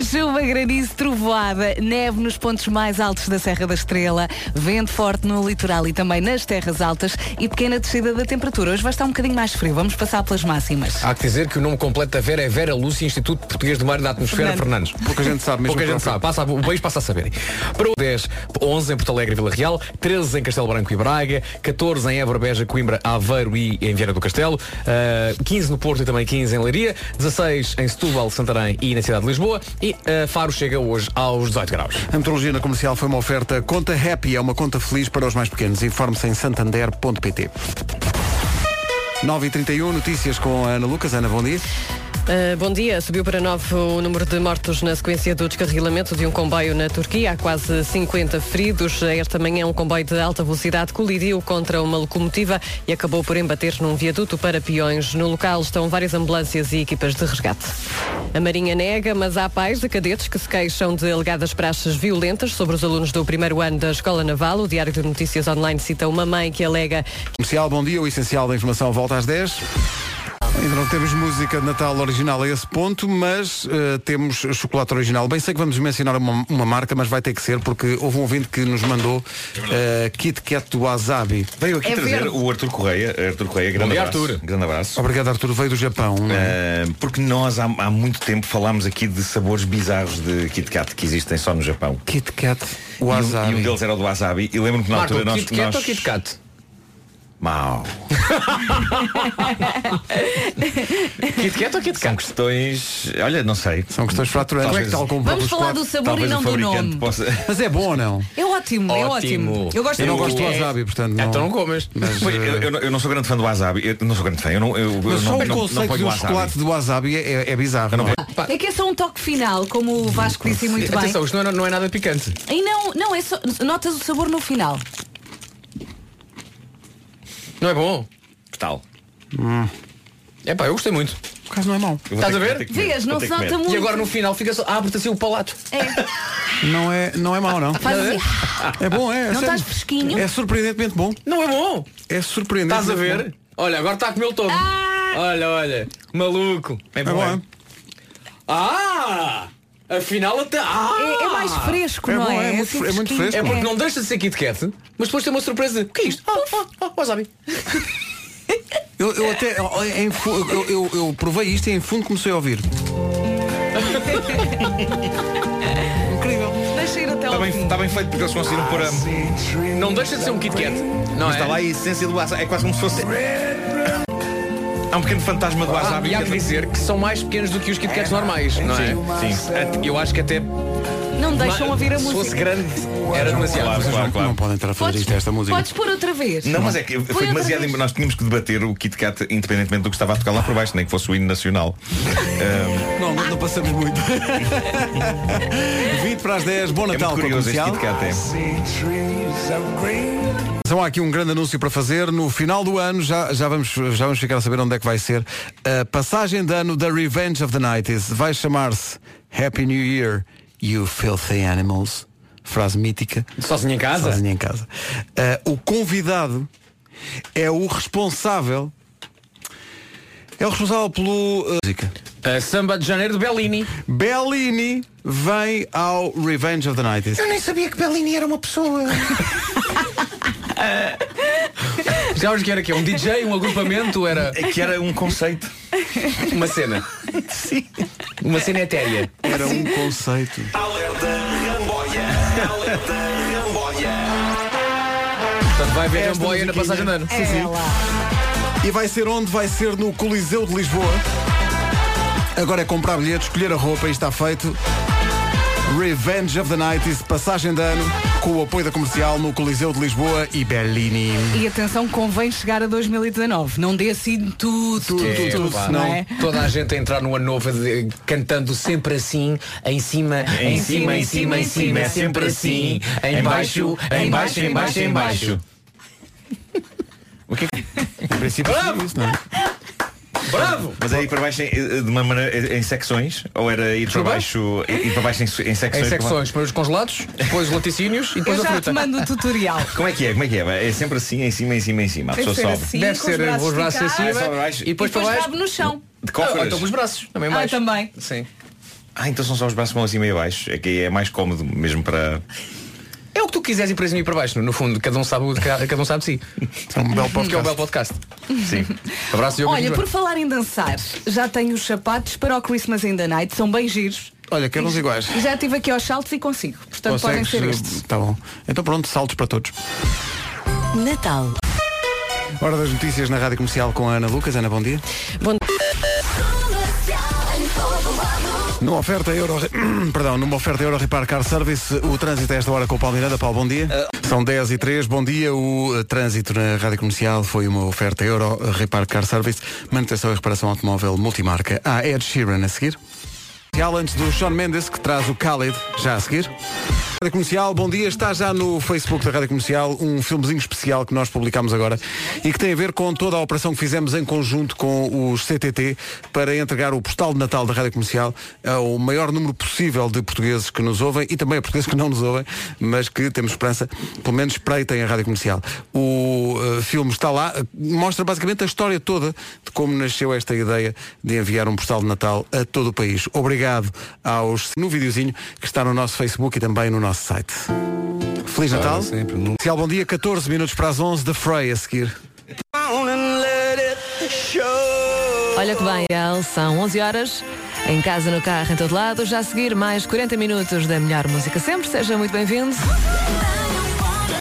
Speaker 4: Chuva, granizo, trovoada, neve nos pontos mais altos da Serra da Estrela, vento forte no litoral e também nas terras altas e pequena descida da temperatura. Hoje vai estar um bocadinho mais frio, vamos passar pelas máximas.
Speaker 6: Há que dizer que o nome completo da Vera é Vera Lúcia, Instituto Português do Mar e da Atmosfera
Speaker 4: Fernando.
Speaker 6: Fernandes.
Speaker 2: Pouca gente sabe mesmo
Speaker 6: Pouca gente
Speaker 2: que é o
Speaker 6: sabe. Passa, o país passa a saber. Para o 10, 11 em Porto Alegre e Vila Real, 13 em Castelo Branco e Braga, 14 em Évora, Beja, Coimbra, Aveiro e em Viana do Castelo, ah, 15 no Porto e também 15 em Leiria, 16 em Setúbal, Santarém e na cidade de Lisboa e ah, Faro chega hoje aos 18 graus.
Speaker 2: A metrologia na comercial foi uma oferta Conta Happy, é uma conta feliz para os mais pequenos. Informe-se em santander.pt. 9h31, notícias com a Ana Lucas. Ana, bom dia.
Speaker 11: Uh, bom dia. Subiu para 9 o número de mortos na sequência do descarrilamento de um comboio na Turquia. Há quase 50 feridos. Esta manhã, um comboio de alta velocidade colidiu contra uma locomotiva e acabou por embater num viaduto para peões. No local estão várias ambulâncias e equipas de resgate. A Marinha nega, mas há pais de cadetes que se queixam de alegadas praxes violentas sobre os alunos do primeiro ano da Escola Naval. O Diário de Notícias Online cita uma mãe que alega
Speaker 2: Comercial, bom dia. O essencial da informação volta às 10. Ainda não temos música de Natal original a esse ponto, mas eh, temos chocolate original. Bem, sei que vamos mencionar uma, uma marca, mas vai ter que ser, porque houve um ouvinte que nos mandou eh, Kit Kat do Wasabi.
Speaker 10: É Veio aqui trazer o Arthur Correia. Arthur Correia,
Speaker 2: É
Speaker 10: grande
Speaker 2: dia,
Speaker 10: abraço.
Speaker 2: Arthur.
Speaker 10: Grande abraço.
Speaker 2: Obrigado, Arturo. Veio do Japão. não é?
Speaker 10: Uh, porque nós há, há muito tempo falámos aqui de sabores bizarros de Kit Kat que existem só no Japão.
Speaker 2: Kit Kat
Speaker 10: E um-
Speaker 2: Wasabi.
Speaker 10: E um, deles era o do wasabi. E lembro-me que na
Speaker 6: Marco,
Speaker 10: altura nós.
Speaker 6: Kit Kat
Speaker 10: nós...
Speaker 6: ou Kit Kat?
Speaker 10: Mau.
Speaker 6: Kit Kat ou Kit Kat?
Speaker 10: São questões. Olha, não sei.
Speaker 2: São questões fraturantes.
Speaker 10: Talvez,
Speaker 2: É que tal como
Speaker 4: Vamos falar do sabor
Speaker 10: talvez
Speaker 4: e
Speaker 10: o
Speaker 4: não do
Speaker 10: fabricante
Speaker 4: nome.
Speaker 10: Possa...
Speaker 2: Mas é bom ou não?
Speaker 4: É ótimo, é ótimo. Eu gosto
Speaker 2: não
Speaker 4: muito.
Speaker 2: gosto de wasabi, portanto. Não...
Speaker 6: Então não comes.
Speaker 10: Pois, eu, eu não- eu não sou grande fã do wasabi. Eu não sou grande fã. Eu não, eu, eu
Speaker 2: Mas só
Speaker 10: não,
Speaker 2: o
Speaker 10: não, não
Speaker 2: conceito
Speaker 10: ponho
Speaker 2: do
Speaker 10: wasabi.
Speaker 2: chocolate do wasabi é, é bizarro. Não é?
Speaker 4: É que é só um toque final, como o Vasco disse muito bem.
Speaker 6: Atenção, isto não é, não é nada picante.
Speaker 4: E não, não, é só, notas o sabor no final.
Speaker 6: Não é bom?
Speaker 10: Que tal?
Speaker 6: É pá, eu gostei muito.
Speaker 2: Por acaso não é mau.
Speaker 10: Eu vou
Speaker 6: Estás a
Speaker 10: ter
Speaker 6: ver?
Speaker 10: que- vou ter que comer,
Speaker 4: Vês, não
Speaker 10: vou
Speaker 4: se
Speaker 10: ter que comer.
Speaker 4: nota muito.
Speaker 6: E agora no final fica só, abre-te assim o palato.
Speaker 2: Não é, não é mau, não.
Speaker 4: Faz assim.
Speaker 2: É bom, é. sério.
Speaker 4: Não estás fresquinho?
Speaker 2: É surpreendentemente bom.
Speaker 6: Não é bom.
Speaker 2: É surpreendente.
Speaker 6: Estás a ver? Olha, agora está a comer o todo.
Speaker 4: Ah!
Speaker 6: Olha, olha. Maluco.
Speaker 10: É
Speaker 2: É bom, é.
Speaker 6: Ah! Afinal até. Ah!
Speaker 4: É, é mais fresco,
Speaker 2: É
Speaker 4: não
Speaker 2: bom,
Speaker 4: é?
Speaker 2: é muito
Speaker 4: assim
Speaker 2: fre- é muito
Speaker 4: fresquinho.
Speaker 2: fresco.
Speaker 6: É porque não deixa de ser Kit Kat, mas depois tem uma surpresa. de, O que é isto? Ah, ah, ah, wasabi.
Speaker 2: Eu, eu até eu- em fu- eu, eu- eu provei isto e em fundo comecei a ouvir.
Speaker 4: Deixa ir até
Speaker 10: Está
Speaker 4: ao
Speaker 10: bem,
Speaker 4: fim.
Speaker 10: está bem feito porque eles conseguiram pôr a.
Speaker 6: Não deixa de ser um Kit Kat. Não
Speaker 10: Mas está lá
Speaker 6: é?
Speaker 10: a essência do wasabi. É quase como se fosse. Há um pequeno fantasma do
Speaker 6: Ah,
Speaker 10: wasabi.
Speaker 6: e há
Speaker 10: que é
Speaker 6: que
Speaker 10: anda-
Speaker 6: dizer que são mais pequenos do que os Kit Kats normais, não é?
Speaker 10: Sim, sim.
Speaker 6: Eu acho que até
Speaker 4: Não deixam ouvir a
Speaker 6: se fosse
Speaker 4: música.
Speaker 6: grande era demasiado.
Speaker 10: Claro, claro,
Speaker 2: não,
Speaker 10: claro.
Speaker 2: não podem estar a fazer
Speaker 4: Podes,
Speaker 2: isto a esta música.
Speaker 4: podes pôr outra vez.
Speaker 10: Não, mas é que
Speaker 4: Põe
Speaker 10: foi
Speaker 4: outra
Speaker 10: demasiado.
Speaker 4: vez.
Speaker 10: Nós tínhamos que debater o Kit Kat independentemente do que estava a tocar lá por baixo, nem que fosse o hino nacional.
Speaker 2: Não, nós não passamos muito. 20 para as 10, bom
Speaker 10: É
Speaker 2: Natal
Speaker 10: muito
Speaker 2: com a
Speaker 10: curioso este
Speaker 2: comercial.
Speaker 10: Kit Kat. É.
Speaker 2: Então há aqui um grande anúncio para fazer. No final do ano já, já, vamos, já vamos ficar a saber onde é que vai ser a passagem de ano da Revenge of the Nights. Vai chamar-se Happy New Year, You Filthy Animals. Frase mítica.
Speaker 6: Sozinho em casa?
Speaker 2: Sozinho em casa. Ah, o convidado é o responsável. É o responsável pelo. ah, música.
Speaker 6: A Eh, samba de janeiro de Bellini.
Speaker 2: Bellini vem ao Revenge of the Nights.
Speaker 6: nem sabia que Bellini era uma pessoa. Já hoje que era que é um DJ, um agrupamento, era
Speaker 10: É que era um conceito.
Speaker 6: uma cena. Sim. Uma cena etérea.
Speaker 2: Era um conceito.
Speaker 6: Portanto, vai ver
Speaker 2: Esta
Speaker 6: Ramboia na
Speaker 2: musiquinha.
Speaker 6: passagem de ano.
Speaker 4: É lá.
Speaker 2: E vai ser onde? Vai ser no Coliseu de Lisboa. Agora é comprar bilhetes, escolher a roupa e está feito. Revenge of the Night, passagem de ano. com o apoio da comercial no Coliseu de Lisboa e Berlini.
Speaker 4: E atenção, convém chegar a 2019. Não dê assim tudo, tudo,
Speaker 6: É,
Speaker 4: tudo,
Speaker 6: pá,
Speaker 4: não é?
Speaker 6: Toda a gente a entrar no ano novo de- cantando sempre assim, em cima, em, cima, em cima, em cima, é sempre assim, em baixo, em baixo, em baixo, em baixo.
Speaker 10: O que é que. Em princípio,
Speaker 6: Bravo!
Speaker 10: Isso, não é?
Speaker 6: Bravo!
Speaker 10: Mas aí para baixo eh, eh, de uma maneira eh, em secções? Ou era ir para
Speaker 6: Desculpa?
Speaker 10: baixo, eh, ir para baixo em, su- em secções?
Speaker 6: Em secções, para os congelados, depois os laticínios e depois
Speaker 4: Eu
Speaker 6: a
Speaker 4: já
Speaker 6: fruta.
Speaker 4: te mando o tutorial.
Speaker 10: Como é que é? Como é que é? É sempre assim, em cima, em cima, em cima. A
Speaker 4: Tem
Speaker 10: pessoa
Speaker 4: que ser
Speaker 10: sobe.
Speaker 4: assim, Deve com os ser, eh, braços os braços em
Speaker 6: cima,
Speaker 10: Ah, sobe baixo.
Speaker 6: e depois
Speaker 4: Depois cabe no chão.
Speaker 10: De cócoras.
Speaker 6: Ah, então com os braços, também
Speaker 4: Ah,
Speaker 6: baixo.
Speaker 4: também.
Speaker 6: Sim.
Speaker 10: Ah, então são só os braços que vão assim meio baixo. É que é mais cómodo mesmo para.
Speaker 6: É o que tu quiseres e para cima e para baixo. No fundo, cada um sabe, o- cada cada um sabe de si. É um belo podcast. é um belo podcast.
Speaker 10: Sim.
Speaker 6: Abraço e
Speaker 4: Olha, por falar em dançar, já tenho os sapatos para o Christmas in the Night, são bem giros.
Speaker 2: Olha, quero uns iguais.
Speaker 4: E Já tive aqui aos saltos e consigo. Portanto, podem ser estes.
Speaker 2: Tá bom. Então pronto, saltos para todos.
Speaker 11: Natal.
Speaker 2: Hora das notícias na Rádio Comercial com a Ana Lucas. Ana, bom dia.
Speaker 11: Bom
Speaker 2: Numa oferta Euro... Perdão, numa oferta Euro Repar Car Service, o trânsito a esta hora com o Paulo Miranda. Paulo, bom dia. São 10 e 3 bom dia. O eh, trânsito na Rádio Comercial foi uma oferta Euro Repar Car Service, manutenção e reparação automóvel multimarca. Ah, Ed Sheeran a seguir. Comercial antes do Sean Mendes, que traz o Khalid já a seguir. Rádio Comercial, bom dia. Está já no Facebook da Rádio Comercial um filmezinho especial que nós publicámos agora e que tem a ver com toda a operação que fizemos em conjunto com os CTT para entregar o postal de Natal da Rádio Comercial ao maior número possível de portugueses que nos ouvem e também a portugueses que não nos ouvem, mas que temos esperança, pelo menos espreitem a Rádio Comercial. O eh, filme está lá, eh, mostra basicamente a história toda de como nasceu esta ideia de enviar um postal de Natal a todo o país. Obrigado aos no videozinho que está no nosso Facebook e também no nosso site. Feliz Natal. Comercial, bom dia, 14 minutos para as 11 da Frey a seguir.
Speaker 14: Olha que bem, Al, são 11 horas. Em casa, no carro, em todo lado. Já a seguir, mais 40 minutos da melhor música sempre. Seja muito bem-vindo.